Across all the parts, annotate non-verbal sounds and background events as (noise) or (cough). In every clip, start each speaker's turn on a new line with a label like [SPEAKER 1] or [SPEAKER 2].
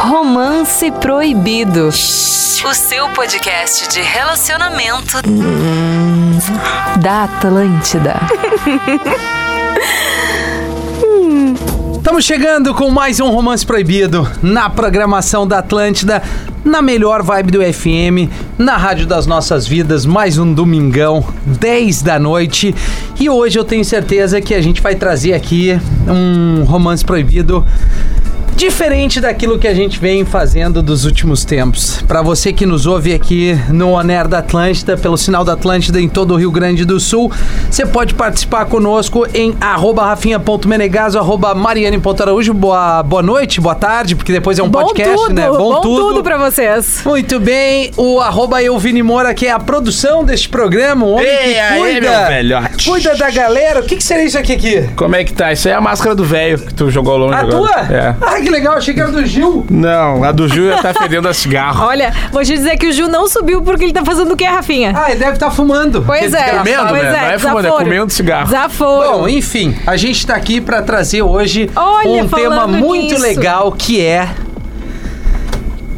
[SPEAKER 1] Romance Proibido. O seu podcast de relacionamento da Atlântida.
[SPEAKER 2] Estamos chegando com mais um Romance Proibido na programação da Atlântida, na melhor vibe do FM, na Rádio das Nossas Vidas, mais um domingão, 10 da noite. E hoje eu tenho certeza que a gente vai trazer aqui um Romance Proibido Diferente daquilo que a gente vem fazendo dos últimos tempos. Para você que nos ouve aqui no Oner da Atlântida, pelo sinal da Atlântida em todo o Rio Grande do Sul, você pode participar conosco em arroba rafinha.menegaso, arroba mariane.araújo. Boa, boa noite, boa tarde, porque depois é um podcast,
[SPEAKER 3] tudo,
[SPEAKER 2] né?
[SPEAKER 3] Bom, tudo. pra vocês.
[SPEAKER 2] Muito bem, o arroba eu, Vini Moura, que é a produção deste programa, o homem
[SPEAKER 4] Ei,
[SPEAKER 2] que
[SPEAKER 4] aí,
[SPEAKER 2] cuida,
[SPEAKER 4] meu velhote.
[SPEAKER 2] cuida da galera. O que, que seria isso aqui? aqui?
[SPEAKER 4] Como é que tá? Isso aí é a máscara do velho que tu jogou longe
[SPEAKER 2] A
[SPEAKER 4] agora.
[SPEAKER 2] tua?
[SPEAKER 4] É.
[SPEAKER 2] Ah, que legal, achei que era do Gil.
[SPEAKER 4] Não, a do Júlio tá fedendo
[SPEAKER 2] (laughs)
[SPEAKER 4] a cigarro.
[SPEAKER 3] Olha, vou te dizer que o Ju não subiu porque ele tá fazendo o quê, Rafinha?
[SPEAKER 2] Ah, ele deve estar fumando.
[SPEAKER 3] Pois é.
[SPEAKER 4] comendo,
[SPEAKER 3] pois
[SPEAKER 4] né? Não é fumando, é
[SPEAKER 3] desaforo.
[SPEAKER 4] comendo cigarro.
[SPEAKER 3] Desaforo.
[SPEAKER 2] Bom, enfim, a gente tá aqui pra trazer hoje
[SPEAKER 3] Olha,
[SPEAKER 2] um tema
[SPEAKER 3] falando
[SPEAKER 2] muito
[SPEAKER 3] nisso.
[SPEAKER 2] legal que é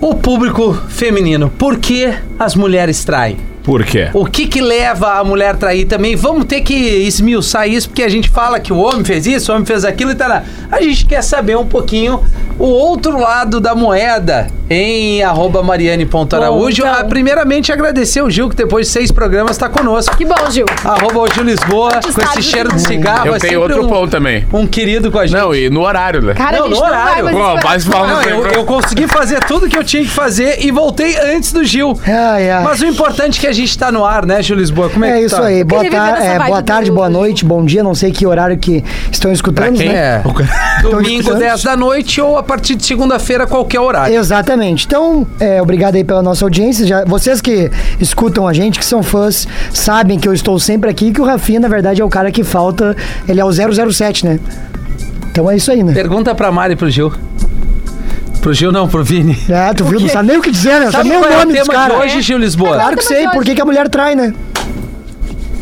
[SPEAKER 2] o público feminino. Por que as mulheres traem?
[SPEAKER 4] Por quê?
[SPEAKER 2] O que que leva a mulher a trair também? Vamos ter que esmiuçar isso, porque a gente fala que o homem fez isso, o homem fez aquilo e tal. A gente quer saber um pouquinho o outro lado da moeda em arroba mariane.araújo.
[SPEAKER 3] Bom, então.
[SPEAKER 2] Ah, Primeiramente, agradecer o Gil, que depois de seis programas tá conosco.
[SPEAKER 3] Que bom, Gil.
[SPEAKER 2] Arroba o Gil Lisboa,
[SPEAKER 3] Onde
[SPEAKER 2] com
[SPEAKER 3] está,
[SPEAKER 2] esse
[SPEAKER 3] Gil?
[SPEAKER 2] cheiro de cigarro.
[SPEAKER 4] Eu
[SPEAKER 2] é
[SPEAKER 4] tenho
[SPEAKER 2] sempre
[SPEAKER 4] outro
[SPEAKER 2] um,
[SPEAKER 4] pão também.
[SPEAKER 2] Um querido com a gente.
[SPEAKER 4] Não, e no horário, né?
[SPEAKER 3] Cara,
[SPEAKER 2] Não,
[SPEAKER 3] a gente
[SPEAKER 2] no
[SPEAKER 3] não vai
[SPEAKER 2] horário.
[SPEAKER 3] mais
[SPEAKER 4] Ó,
[SPEAKER 3] esperar.
[SPEAKER 4] mas vamos
[SPEAKER 2] Não, Ah, eu, eu consegui fazer tudo que eu tinha que fazer e voltei antes do Gil.
[SPEAKER 5] Ai, ai.
[SPEAKER 2] Mas o importante é que a gente tá no ar, né, Gil Lisboa? Como é,
[SPEAKER 5] Ah. É
[SPEAKER 2] que
[SPEAKER 5] isso
[SPEAKER 2] tá?
[SPEAKER 5] aí. Boa,
[SPEAKER 3] queria viver
[SPEAKER 5] tar-
[SPEAKER 3] nessa
[SPEAKER 5] é,
[SPEAKER 3] vibe
[SPEAKER 5] boa
[SPEAKER 3] do-
[SPEAKER 5] tarde, boa
[SPEAKER 3] do-
[SPEAKER 5] noite, bom dia. Não sei que horário que estão escutando,
[SPEAKER 4] quem?
[SPEAKER 5] né?
[SPEAKER 2] É. Domingo,
[SPEAKER 5] escutando.
[SPEAKER 2] 10 da noite ou a partir de segunda-feira, qualquer horário.
[SPEAKER 5] Exatamente. Então, é, obrigado aí pela nossa audiência. Já, vocês que escutam a gente, que são fãs, sabem que eu estou sempre aqui e que o Rafinha, na verdade, é o cara que falta. Ele é o 007, né? Então é isso aí, né?
[SPEAKER 2] Pergunta pra Mari e pro Gil. Pro Gil não, pro Vini.
[SPEAKER 5] Ah, tu viu? Não sabe nem o que dizer, né? Não sabe nem o
[SPEAKER 2] qual é o
[SPEAKER 5] nome Tá dos
[SPEAKER 2] tema de
[SPEAKER 5] caras.
[SPEAKER 2] hoje, Gil Lisboa?
[SPEAKER 5] Claro que
[SPEAKER 3] É. Tema de
[SPEAKER 5] sei. Por
[SPEAKER 3] hoje.
[SPEAKER 5] que, que a mulher trai, né?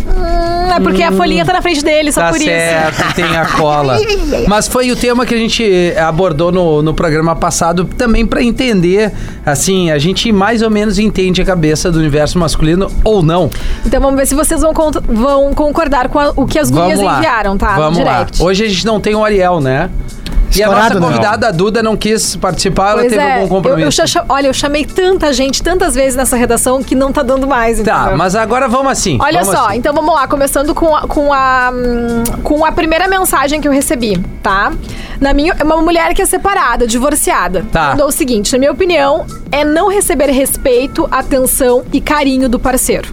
[SPEAKER 3] Hum, é porque a folhinha tá na frente dele, só
[SPEAKER 2] Tá
[SPEAKER 3] por isso.
[SPEAKER 2] certo, tem
[SPEAKER 3] (laughs)
[SPEAKER 2] a cola. Mas foi o tema que a gente eh, abordou no, no programa passado, também pra entender, assim, a gente mais ou menos entende a cabeça do universo masculino ou não.
[SPEAKER 3] Então vamos ver se vocês vão, con- vão concordar com a- o que as gurias
[SPEAKER 2] Vamos lá.
[SPEAKER 3] enviaram, tá?
[SPEAKER 2] Vamos
[SPEAKER 3] no direct.
[SPEAKER 2] lá. Hoje a gente não tem o Ariel, né? E a nossa
[SPEAKER 5] Estourado, né?
[SPEAKER 2] convidada, a Duda, não quis participar, ela
[SPEAKER 3] Pois
[SPEAKER 2] teve
[SPEAKER 3] é,
[SPEAKER 2] algum
[SPEAKER 3] Eu, eu
[SPEAKER 2] compromisso.
[SPEAKER 3] cha- cha- olha, eu chamei tanta gente, tantas vezes nessa redação que não tá dando mais, entendeu?
[SPEAKER 2] Tá, mas agora vamos assim.
[SPEAKER 3] Olha
[SPEAKER 2] vamos
[SPEAKER 3] só,
[SPEAKER 2] assim.
[SPEAKER 3] então vamos lá, começando com a, com, a, hum, com a primeira mensagem que eu recebi, tá? Na minha, uma mulher que é separada, divorciada.
[SPEAKER 2] Tá.
[SPEAKER 3] Mandou o seguinte: na minha opinião, é não receber respeito, atenção e carinho do parceiro.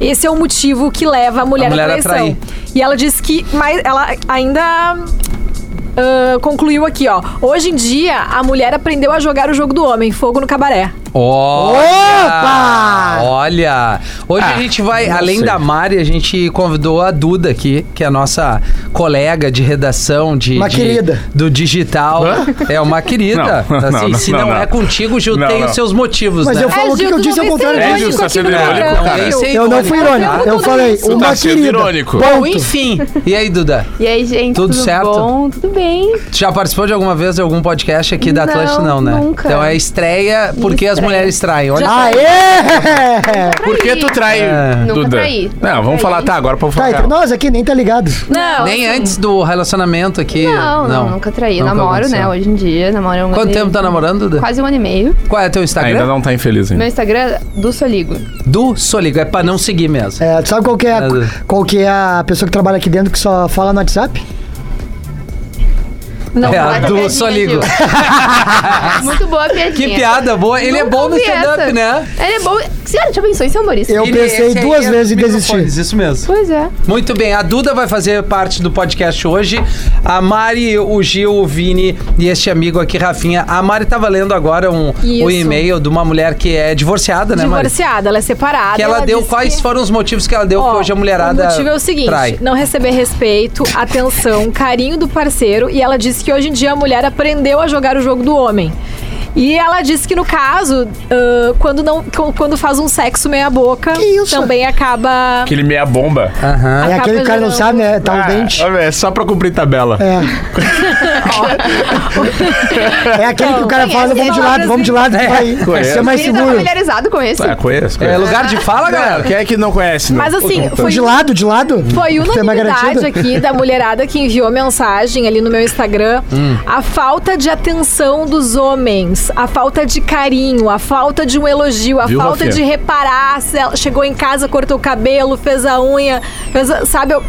[SPEAKER 3] Esse é o motivo que leva a mulher,
[SPEAKER 2] A mulher
[SPEAKER 3] à
[SPEAKER 2] a
[SPEAKER 3] traição.
[SPEAKER 2] trair.
[SPEAKER 3] E ela diz que. Mas ela ainda. hum, ah, concluiu aqui, ó. Hoje em dia, a mulher aprendeu a jogar o jogo do homem, fogo no cabaré.
[SPEAKER 2] Opa!
[SPEAKER 5] Opa!
[SPEAKER 2] Olha! Hoje
[SPEAKER 4] Ah,
[SPEAKER 2] a gente vai,
[SPEAKER 4] não
[SPEAKER 2] além
[SPEAKER 4] sei.
[SPEAKER 2] da Mari, a gente convidou a Duda aqui, que é a nossa colega de redação de,
[SPEAKER 5] Uma
[SPEAKER 2] de-
[SPEAKER 5] querida.
[SPEAKER 2] do digital.
[SPEAKER 4] Hã?
[SPEAKER 2] É uma querida.
[SPEAKER 4] Não, não,
[SPEAKER 2] Assim,
[SPEAKER 4] não,
[SPEAKER 2] se
[SPEAKER 4] não,
[SPEAKER 2] não,
[SPEAKER 4] não.
[SPEAKER 2] é contigo, Gil,
[SPEAKER 4] Não,
[SPEAKER 2] tem
[SPEAKER 4] não.
[SPEAKER 2] os seus motivos,
[SPEAKER 5] Mas
[SPEAKER 2] né?
[SPEAKER 5] eu falo o que
[SPEAKER 3] Gil,
[SPEAKER 5] eu
[SPEAKER 3] tu
[SPEAKER 5] disse
[SPEAKER 3] É, não
[SPEAKER 5] ao
[SPEAKER 3] vai ser
[SPEAKER 4] É,
[SPEAKER 5] contrário.
[SPEAKER 4] Gil,
[SPEAKER 3] irônico
[SPEAKER 4] tá
[SPEAKER 3] aqui
[SPEAKER 4] sendo
[SPEAKER 3] no
[SPEAKER 4] irônico,
[SPEAKER 3] programa.
[SPEAKER 4] cara.
[SPEAKER 2] esse é
[SPEAKER 5] Eu não fui
[SPEAKER 2] irônico,
[SPEAKER 5] irônico.
[SPEAKER 2] tá?
[SPEAKER 5] Eu falei
[SPEAKER 4] Tu
[SPEAKER 5] uma
[SPEAKER 4] tá sendo
[SPEAKER 5] querida.
[SPEAKER 4] irônico.
[SPEAKER 5] Ponto.
[SPEAKER 2] Bom, É, enfim. E aí, Duda?
[SPEAKER 6] E aí, gente,
[SPEAKER 2] Tudo
[SPEAKER 6] tudo,
[SPEAKER 2] certo?
[SPEAKER 6] bom? Tudo bem?
[SPEAKER 2] Tu já participou de alguma vez de algum podcast aqui da
[SPEAKER 6] Não,
[SPEAKER 2] Atlântica? Não, né?
[SPEAKER 6] nunca.
[SPEAKER 2] Então é estreia porque as
[SPEAKER 6] Estreia.
[SPEAKER 2] mulheres traem.
[SPEAKER 3] é
[SPEAKER 2] Olha
[SPEAKER 5] Aê!
[SPEAKER 4] Por que tu trai,
[SPEAKER 2] É.
[SPEAKER 6] tá Nunca
[SPEAKER 4] Duda?
[SPEAKER 6] traí.
[SPEAKER 4] Não, vamos falar, tá, agora pra
[SPEAKER 5] Tá,
[SPEAKER 4] falar.
[SPEAKER 5] entre nós aqui nem tá ligado.
[SPEAKER 6] Não,
[SPEAKER 2] Nem
[SPEAKER 6] assim,
[SPEAKER 2] antes do relacionamento aqui.
[SPEAKER 6] Não, não, nunca traí.
[SPEAKER 2] Nunca
[SPEAKER 6] namoro, né?
[SPEAKER 2] aconteceu.
[SPEAKER 6] Hoje em dia, namoro há um ano
[SPEAKER 2] Quanto
[SPEAKER 6] e-
[SPEAKER 2] tempo tá namorando, Duda?
[SPEAKER 6] Quase um ano e meio.
[SPEAKER 2] Qual é teu Instagram?
[SPEAKER 4] Ainda não tá infeliz,
[SPEAKER 6] Meu
[SPEAKER 4] hein?
[SPEAKER 6] Instagram é do Soligo.
[SPEAKER 2] Do Soligo. É pra não seguir mesmo.
[SPEAKER 5] É, tu sabe qual que, é a,
[SPEAKER 2] Nada.
[SPEAKER 5] qual que é a pessoa que trabalha aqui dentro que só fala no WhatsApp?
[SPEAKER 6] Não,
[SPEAKER 2] É,
[SPEAKER 6] vou
[SPEAKER 2] a
[SPEAKER 6] lá com a
[SPEAKER 2] do (laughs)
[SPEAKER 6] piadinha,
[SPEAKER 2] Soligo.
[SPEAKER 6] Gil. Muito boa a piadinha.
[SPEAKER 2] Que piada boa. Ele é
[SPEAKER 6] Nunca
[SPEAKER 2] bom no
[SPEAKER 6] ouvi
[SPEAKER 2] stand-up,
[SPEAKER 6] essa.
[SPEAKER 2] né?
[SPEAKER 6] Ele é bom. Senhora, já pensou em ser humorista?
[SPEAKER 5] Eu
[SPEAKER 2] Ele-
[SPEAKER 5] pensei
[SPEAKER 2] esse aí
[SPEAKER 5] duas
[SPEAKER 2] é
[SPEAKER 5] vezes em
[SPEAKER 2] microfones,
[SPEAKER 5] desistir.
[SPEAKER 2] Isso mesmo.
[SPEAKER 6] Pois é.
[SPEAKER 2] Muito bem, a Duda vai fazer parte do podcast hoje. A Mari, o Gil, o Vini e este amigo aqui, Rafinha. A Mari tava lendo agora um,
[SPEAKER 3] Isso.
[SPEAKER 2] um e-mail de uma mulher que é divorciada, né, Mari?
[SPEAKER 3] Divorciada, ela é separada.
[SPEAKER 2] Que ela deu,
[SPEAKER 3] disse
[SPEAKER 2] quais
[SPEAKER 3] que-
[SPEAKER 2] foram os motivos que ela deu que
[SPEAKER 3] Ó,
[SPEAKER 2] hoje a mulherada.
[SPEAKER 3] O motivo é o seguinte:
[SPEAKER 2] trai?
[SPEAKER 3] não receber respeito, atenção, carinho do parceiro. E ela disse que hoje em dia a mulher aprendeu a jogar o jogo do homem. E ela disse que no caso, ah, quando, não, co- quando faz um sexo meia boca,
[SPEAKER 5] isso?
[SPEAKER 3] também acaba.
[SPEAKER 4] Aquele meia bomba.
[SPEAKER 2] Aham.
[SPEAKER 5] É
[SPEAKER 3] (laughs) Acaba
[SPEAKER 5] aquele cara não
[SPEAKER 3] gerando-
[SPEAKER 5] Tá sabe, né? Tá o
[SPEAKER 4] Ah,
[SPEAKER 5] dente.
[SPEAKER 4] É só pra cumprir tabela.
[SPEAKER 5] É. É aquele que o cara fala, vamos
[SPEAKER 6] conhece
[SPEAKER 5] de lado,
[SPEAKER 6] palavras
[SPEAKER 5] vamos de lado, vai. Vai
[SPEAKER 4] Conhece.
[SPEAKER 5] ser mais
[SPEAKER 6] Ele tá
[SPEAKER 5] seguro.
[SPEAKER 6] familiarizado com esse?
[SPEAKER 4] Ah, conheço,
[SPEAKER 2] É
[SPEAKER 4] conheço.
[SPEAKER 2] lugar Então, de fala, galera.
[SPEAKER 4] Quem é que não conhece, né?
[SPEAKER 3] Mas assim, foi
[SPEAKER 5] De lado, de lado?
[SPEAKER 3] Foi
[SPEAKER 5] Tem é mais
[SPEAKER 3] unanimidade
[SPEAKER 5] garantido?
[SPEAKER 3] aqui da mulherada que enviou mensagem ali no meu Instagram.
[SPEAKER 5] Hum.
[SPEAKER 3] A falta de atenção dos homens, a falta de carinho, a falta de um elogio, a
[SPEAKER 4] Viu,
[SPEAKER 3] falta
[SPEAKER 4] Rafinha?
[SPEAKER 3] de reparar se ela chegou em casa, cortou o cabelo, fez a unha, fez a- sabe? eu-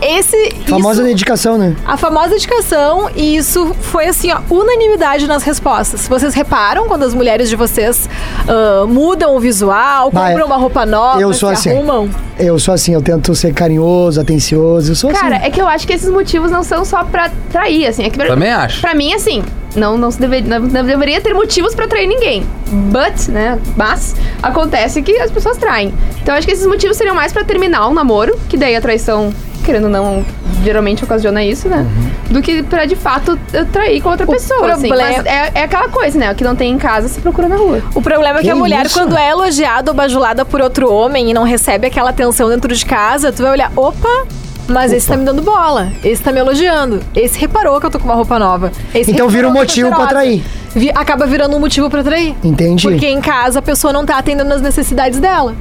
[SPEAKER 3] Esse.
[SPEAKER 5] Famosa
[SPEAKER 3] isso,
[SPEAKER 5] dedicação, né?
[SPEAKER 3] a famosa dedicação, e isso foi assim, ó, unanimidade nas respostas. Vocês reparam quando as mulheres de vocês ah, mudam o visual,
[SPEAKER 5] Vai,
[SPEAKER 3] compram uma roupa nova,
[SPEAKER 5] eu sou
[SPEAKER 3] se
[SPEAKER 5] assim.
[SPEAKER 3] arrumam?
[SPEAKER 5] Eu sou assim, eu tento ser carinhoso, atencioso, eu sou
[SPEAKER 6] Cara,
[SPEAKER 5] assim.
[SPEAKER 6] é que eu acho que esses motivos não são só pra trair, assim. É que pra,
[SPEAKER 2] Também acho.
[SPEAKER 6] pra mim, assim, não, não, se deveria, não, não deveria ter motivos pra trair ninguém. But, né? Mas acontece que as pessoas traem. Então eu acho que esses motivos seriam mais pra terminar um namoro, que daí a traição, querendo ou não, geralmente ocasiona isso, né?
[SPEAKER 4] Uhum.
[SPEAKER 6] Do que pra de fato eu trair com outra pessoa. assim.
[SPEAKER 3] problema-
[SPEAKER 6] Mas é, é aquela coisa, né? O que não tem em casa se procura na rua.
[SPEAKER 3] O problema é que,
[SPEAKER 5] Que
[SPEAKER 3] a mulher,
[SPEAKER 5] isso?
[SPEAKER 3] quando é elogiada ou bajulada por outro homem e não recebe aquela atenção dentro de casa, tu vai olhar, opa, mas esse tá me dando bola, esse tá me elogiando, esse reparou que eu tô com uma roupa nova. esse
[SPEAKER 5] Então
[SPEAKER 3] reparou
[SPEAKER 5] vira um
[SPEAKER 3] que eu tô
[SPEAKER 5] motivo pra
[SPEAKER 3] cheirosa."
[SPEAKER 5] trair.
[SPEAKER 3] Vi- acaba virando um motivo pra trair.
[SPEAKER 5] Entendi.
[SPEAKER 3] Porque em casa a pessoa não tá atendendo as necessidades dela,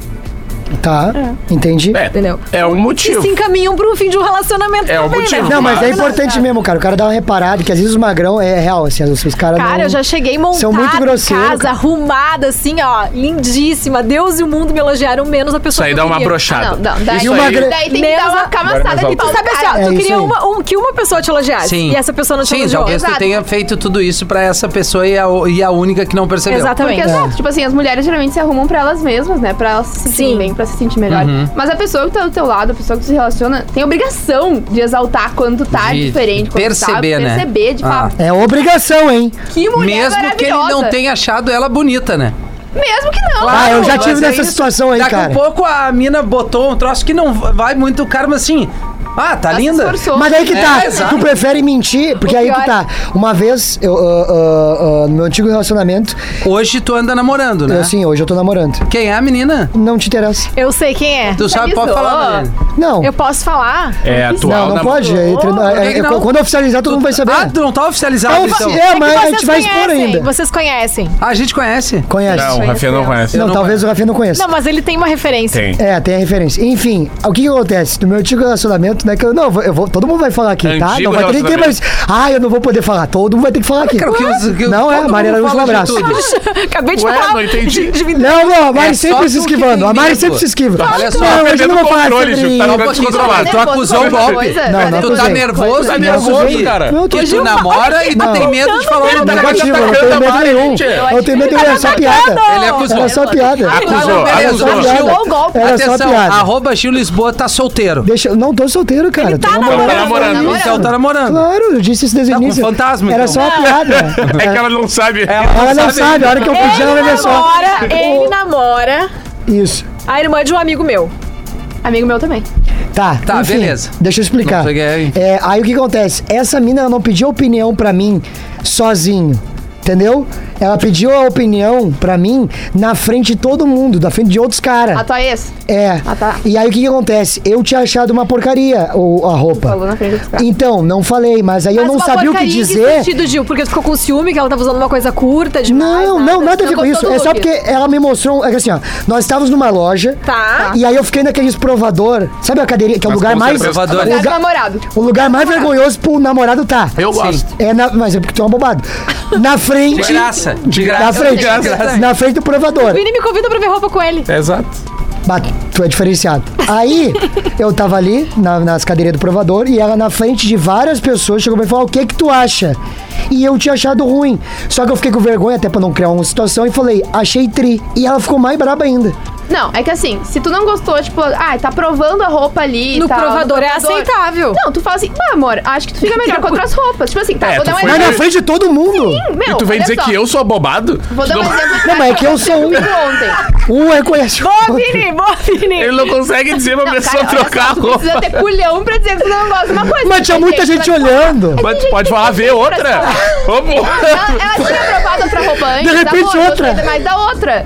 [SPEAKER 5] Tá, entendi.
[SPEAKER 3] entendeu?
[SPEAKER 4] É um
[SPEAKER 3] E
[SPEAKER 4] motivo.
[SPEAKER 3] se encaminham pra um fim de um relacionamento
[SPEAKER 4] É um
[SPEAKER 3] também,
[SPEAKER 4] motivo.
[SPEAKER 3] né?
[SPEAKER 5] Não, mas é
[SPEAKER 4] Claro.
[SPEAKER 5] importante mesmo, cara. O cara dá uma reparada, que às vezes o magrão é real, assim, os os caras
[SPEAKER 3] Cara,
[SPEAKER 5] não-
[SPEAKER 3] eu já cheguei montada
[SPEAKER 5] São muito
[SPEAKER 3] em
[SPEAKER 5] grosseiro,
[SPEAKER 3] casa,
[SPEAKER 5] cara.
[SPEAKER 3] arrumada, assim, ó, lindíssima. Deus e o mundo me elogiaram menos a
[SPEAKER 4] Isso
[SPEAKER 3] pessoa
[SPEAKER 4] aí
[SPEAKER 3] que
[SPEAKER 4] dá
[SPEAKER 3] eu
[SPEAKER 4] uma
[SPEAKER 3] queria.
[SPEAKER 4] brochada.
[SPEAKER 6] Ah, não, não, daí,
[SPEAKER 4] Isso aí-
[SPEAKER 5] magre-
[SPEAKER 6] daí tem que
[SPEAKER 3] Menos
[SPEAKER 6] dar uma
[SPEAKER 3] a-
[SPEAKER 6] camaçada
[SPEAKER 4] Agora
[SPEAKER 6] de
[SPEAKER 4] mais
[SPEAKER 6] pau
[SPEAKER 3] Tu
[SPEAKER 6] no
[SPEAKER 3] sabe assim, ó,
[SPEAKER 6] cara.
[SPEAKER 5] É
[SPEAKER 3] tu
[SPEAKER 5] isso
[SPEAKER 3] queria
[SPEAKER 5] aí.
[SPEAKER 3] uma- um, que uma pessoa te elogiasse.
[SPEAKER 2] Sim.
[SPEAKER 3] E essa pessoa não te
[SPEAKER 2] Sim,
[SPEAKER 3] elogiou.
[SPEAKER 2] talvez tu
[SPEAKER 6] Exato.
[SPEAKER 2] tenha feito tudo isso pra essa pessoa e a, e a única que não percebeu.
[SPEAKER 6] Porque,
[SPEAKER 3] Exatamente.
[SPEAKER 6] exato, tipo assim, as mulheres geralmente se arrumam pra elas mesmas, né? Pra elas se sentirem
[SPEAKER 3] Sim.
[SPEAKER 6] bem, pra se sentir melhor. Mas a pessoa que tá do teu lado, a pessoa que se relaciona, tem obrigação de exaltar quando tu tá
[SPEAKER 2] De
[SPEAKER 6] diferente. Quando
[SPEAKER 2] perceber,
[SPEAKER 6] tu tá,
[SPEAKER 2] né?
[SPEAKER 6] Perceber, de
[SPEAKER 2] Ah.
[SPEAKER 6] fato.
[SPEAKER 5] É obrigação, hein?
[SPEAKER 6] Que mulher
[SPEAKER 2] Mesmo que ele não
[SPEAKER 6] maravilhosa.
[SPEAKER 2] tenha achado ela bonita, né?
[SPEAKER 6] Mesmo que não.
[SPEAKER 5] Ah, eu já
[SPEAKER 2] mas
[SPEAKER 5] tive
[SPEAKER 2] é
[SPEAKER 5] nessa
[SPEAKER 2] isso.
[SPEAKER 5] situação aí,
[SPEAKER 2] Daqui
[SPEAKER 5] cara.
[SPEAKER 2] a pouco a mina botou um troço que não vai muito o cara, mas assim. Ah, tá
[SPEAKER 6] Ela se
[SPEAKER 2] linda.
[SPEAKER 6] esforçou.
[SPEAKER 5] Mas aí que
[SPEAKER 2] É,
[SPEAKER 5] tá,
[SPEAKER 2] exato. é-
[SPEAKER 5] tu prefere mentir, porque
[SPEAKER 6] O
[SPEAKER 5] aí
[SPEAKER 6] pior-
[SPEAKER 5] que tá. Uma vez, eu, ah, ah, ah, no meu antigo relacionamento,
[SPEAKER 2] Hoje tu anda namorando, né?
[SPEAKER 5] eu assim, hoje eu tô namorando.
[SPEAKER 2] Quem é a menina?
[SPEAKER 5] Não te interessa.
[SPEAKER 3] Eu sei quem é.
[SPEAKER 2] Tu sabe, pode
[SPEAKER 6] avisou.
[SPEAKER 2] falar, né?
[SPEAKER 5] Não.
[SPEAKER 3] Eu posso falar?
[SPEAKER 4] É
[SPEAKER 5] Não,
[SPEAKER 4] atual
[SPEAKER 5] não
[SPEAKER 4] na-
[SPEAKER 5] pode. é entre-
[SPEAKER 2] por que
[SPEAKER 5] é-
[SPEAKER 2] que
[SPEAKER 5] é-
[SPEAKER 2] Oh, não?
[SPEAKER 5] Quando oficializar, todo mundo vai saber.
[SPEAKER 2] Ah, tu não tá
[SPEAKER 5] Ah,
[SPEAKER 2] oficializado, então.
[SPEAKER 5] ofici- é,
[SPEAKER 3] que
[SPEAKER 5] mas a
[SPEAKER 3] vocês
[SPEAKER 5] gente vai expor
[SPEAKER 3] conhecem,
[SPEAKER 5] ainda.
[SPEAKER 3] Vocês conhecem.
[SPEAKER 2] A gente conhece.
[SPEAKER 5] Conhece.
[SPEAKER 4] Não, o Rafinha não conhece.
[SPEAKER 5] Não,
[SPEAKER 2] não
[SPEAKER 5] talvez o Rafinha não conheça.
[SPEAKER 3] Não, mas ele tem uma referência.
[SPEAKER 4] Tem.
[SPEAKER 5] É, tem a referência. Enfim, o que, que acontece? No meu antigo relacionamento, né? Que eu não, eu vou- eu vou. Todo mundo vai falar aqui, tá?
[SPEAKER 4] Antigo
[SPEAKER 5] Não vai ter ninguém mais. Ah, eu não vou poder falar. Todo mundo vai ter que falar aqui.
[SPEAKER 2] Cara, o que os- que
[SPEAKER 5] não é,
[SPEAKER 2] todo
[SPEAKER 5] a Maria
[SPEAKER 2] mundo
[SPEAKER 5] Luz
[SPEAKER 2] fala de
[SPEAKER 5] Labraço.
[SPEAKER 2] tudo.
[SPEAKER 3] (laughs) Acabei de
[SPEAKER 4] Ué,
[SPEAKER 3] falar.
[SPEAKER 4] não entendi.
[SPEAKER 3] De- de-
[SPEAKER 5] Não, não, a Mari
[SPEAKER 2] É só
[SPEAKER 5] sempre se
[SPEAKER 2] tu que
[SPEAKER 5] esquivando.
[SPEAKER 2] tem
[SPEAKER 5] A Mari
[SPEAKER 2] medo.
[SPEAKER 5] sempre se esquiva.
[SPEAKER 2] Olha só,
[SPEAKER 5] não, hoje eu
[SPEAKER 4] perdendo
[SPEAKER 5] não vou
[SPEAKER 4] o
[SPEAKER 5] falar
[SPEAKER 4] controle,
[SPEAKER 5] sobre
[SPEAKER 4] Gil, tá
[SPEAKER 5] isso.
[SPEAKER 4] jogando-
[SPEAKER 2] Pô, te controlar. Tu
[SPEAKER 6] nervoso
[SPEAKER 2] acusou o
[SPEAKER 6] com alguma
[SPEAKER 2] golpe.
[SPEAKER 6] coisa?
[SPEAKER 5] Não, não
[SPEAKER 2] Tu tá
[SPEAKER 5] acusei.
[SPEAKER 2] nervoso,
[SPEAKER 4] Tá
[SPEAKER 2] tu
[SPEAKER 4] nervoso,
[SPEAKER 2] acusei.
[SPEAKER 4] cara.
[SPEAKER 5] Não, eu tô
[SPEAKER 2] Que tu
[SPEAKER 5] nervoso.
[SPEAKER 2] namora e tu
[SPEAKER 5] Não.
[SPEAKER 2] tem medo de falar
[SPEAKER 4] Ele
[SPEAKER 2] o
[SPEAKER 4] tá
[SPEAKER 2] nome
[SPEAKER 5] Negativo, eu
[SPEAKER 4] atacando
[SPEAKER 5] não tenho
[SPEAKER 4] a
[SPEAKER 5] medo
[SPEAKER 4] Mari,
[SPEAKER 5] nenhum.
[SPEAKER 4] gente.
[SPEAKER 5] Eu tenho medo nenhum,
[SPEAKER 2] tá
[SPEAKER 5] era só piada.
[SPEAKER 2] Ele acusou.
[SPEAKER 5] Era só piada. É
[SPEAKER 4] Acusou,
[SPEAKER 2] beleza,
[SPEAKER 4] acusou.
[SPEAKER 2] Gil.
[SPEAKER 5] Acusou o golpe. Era só
[SPEAKER 2] Atenção,
[SPEAKER 5] piada.
[SPEAKER 2] arroba Gil Lisboa tá solteiro.
[SPEAKER 5] Deixa, não tô solteiro, cara. Ele
[SPEAKER 3] tá namorando.
[SPEAKER 4] Tá namorando.
[SPEAKER 2] Então tá namorando.
[SPEAKER 5] Claro, eu disse isso desde o
[SPEAKER 2] Tá com
[SPEAKER 5] início.
[SPEAKER 2] fantasma,
[SPEAKER 5] Era
[SPEAKER 2] então.
[SPEAKER 5] só uma piada.
[SPEAKER 2] (laughs)
[SPEAKER 4] É que ela não sabe.
[SPEAKER 5] Ela não sabe,
[SPEAKER 2] ainda.
[SPEAKER 5] a hora que eu
[SPEAKER 3] Ele
[SPEAKER 5] puxar, ela vai ver É, só.
[SPEAKER 3] namora, ele namora
[SPEAKER 5] Isso.
[SPEAKER 3] a irmã de um amigo meu.
[SPEAKER 6] Amigo meu também.
[SPEAKER 5] Tá,
[SPEAKER 2] Tá,
[SPEAKER 5] enfim,
[SPEAKER 2] beleza.
[SPEAKER 5] Deixa eu explicar.
[SPEAKER 2] Não sei o que é, hein?
[SPEAKER 5] É, aí o que acontece? Essa mina ela não pediu opinião pra mim sozinho. Entendeu? Ela pediu a opinião pra mim na frente de todo mundo, na frente de outros caras.
[SPEAKER 6] A tua ex
[SPEAKER 5] É.
[SPEAKER 6] Ah, tá.
[SPEAKER 5] E aí o que, que acontece? Eu tinha achado uma porcaria o, a roupa.
[SPEAKER 6] falou Tá. na frente dos caras.
[SPEAKER 5] Então, não falei, mas aí eu
[SPEAKER 3] Mas
[SPEAKER 5] não
[SPEAKER 3] uma
[SPEAKER 5] sabia o que
[SPEAKER 3] porcaria em
[SPEAKER 5] dizer.
[SPEAKER 3] sentido, Gil? Porque tu ficou com ciúme que ela tava usando uma coisa curta demais.
[SPEAKER 5] Não, não, nada a ver
[SPEAKER 6] Não
[SPEAKER 5] com isso.
[SPEAKER 6] gostou do
[SPEAKER 5] É só
[SPEAKER 6] look.
[SPEAKER 5] porque ela me mostrou. É que assim, ó. Nós estávamos numa loja.
[SPEAKER 3] Tá.
[SPEAKER 5] E aí eu fiquei naqueles provador. Sabe a cadeirinha, que é o
[SPEAKER 4] Mas
[SPEAKER 5] lugar
[SPEAKER 4] como você
[SPEAKER 5] mais.
[SPEAKER 4] é provador?
[SPEAKER 5] o
[SPEAKER 6] Cara do
[SPEAKER 5] lugar-
[SPEAKER 6] namorado.
[SPEAKER 5] O lugar mais vergonhoso pro namorado tá.
[SPEAKER 4] Eu gosto.
[SPEAKER 5] É na, mas é porque tu é um bobado. Na frente.
[SPEAKER 2] De graça, de graça.
[SPEAKER 5] Na frente.
[SPEAKER 2] De graça.
[SPEAKER 5] Na frente do provador.
[SPEAKER 3] Vini me convida pra ver roupa com ele.
[SPEAKER 4] Exato.
[SPEAKER 5] Bah, tu é diferenciado. Aí, eu tava ali, na- nas cadeiras do provador, e ela na frente de várias pessoas chegou pra mim e falou: O que que tu acha? E eu tinha achado ruim. Só que eu fiquei com vergonha, até pra não criar uma situação, e falei: Achei tri. E ela ficou mais braba ainda.
[SPEAKER 6] Não, é que assim, se tu não gostou, tipo, ah, tá provando a roupa ali. e
[SPEAKER 3] No
[SPEAKER 6] tal,
[SPEAKER 3] provador é aceitável.
[SPEAKER 6] Não, tu fala assim, ah, amor, acho que tu fica
[SPEAKER 3] (laughs)
[SPEAKER 6] melhor com outras roupas. Tipo assim, tá,
[SPEAKER 4] É,
[SPEAKER 6] vou
[SPEAKER 4] tu
[SPEAKER 6] dar um
[SPEAKER 4] foi-
[SPEAKER 5] Mas
[SPEAKER 6] exemplo.
[SPEAKER 5] na frente de todo mundo.
[SPEAKER 6] Meu,
[SPEAKER 4] E tu vem
[SPEAKER 6] olha
[SPEAKER 4] dizer
[SPEAKER 6] só,
[SPEAKER 4] que eu sou abobado?
[SPEAKER 6] Vou dar um exemplo.
[SPEAKER 5] Não, mas é que eu sou um.
[SPEAKER 6] Comigo
[SPEAKER 5] (laughs)
[SPEAKER 6] ontem.
[SPEAKER 5] Um reconhece. o
[SPEAKER 3] Boa,
[SPEAKER 5] outro.
[SPEAKER 3] Vini! Boa, Vini!
[SPEAKER 4] Ele não consegue dizer pra pessoa
[SPEAKER 6] olha
[SPEAKER 4] trocar
[SPEAKER 6] só,
[SPEAKER 4] a
[SPEAKER 6] tu
[SPEAKER 4] roupa.
[SPEAKER 6] Precisa ter culhão pra dizer que você não gosta de uma coisa.
[SPEAKER 5] Mas tinha muita gente olhando.
[SPEAKER 4] Mas tu pode falar, vê outra. Ô, pô.
[SPEAKER 6] Ela, ela tinha provado outra roupa antes.
[SPEAKER 5] De repente,
[SPEAKER 6] amor,
[SPEAKER 5] outra.
[SPEAKER 6] gostei demais da outra.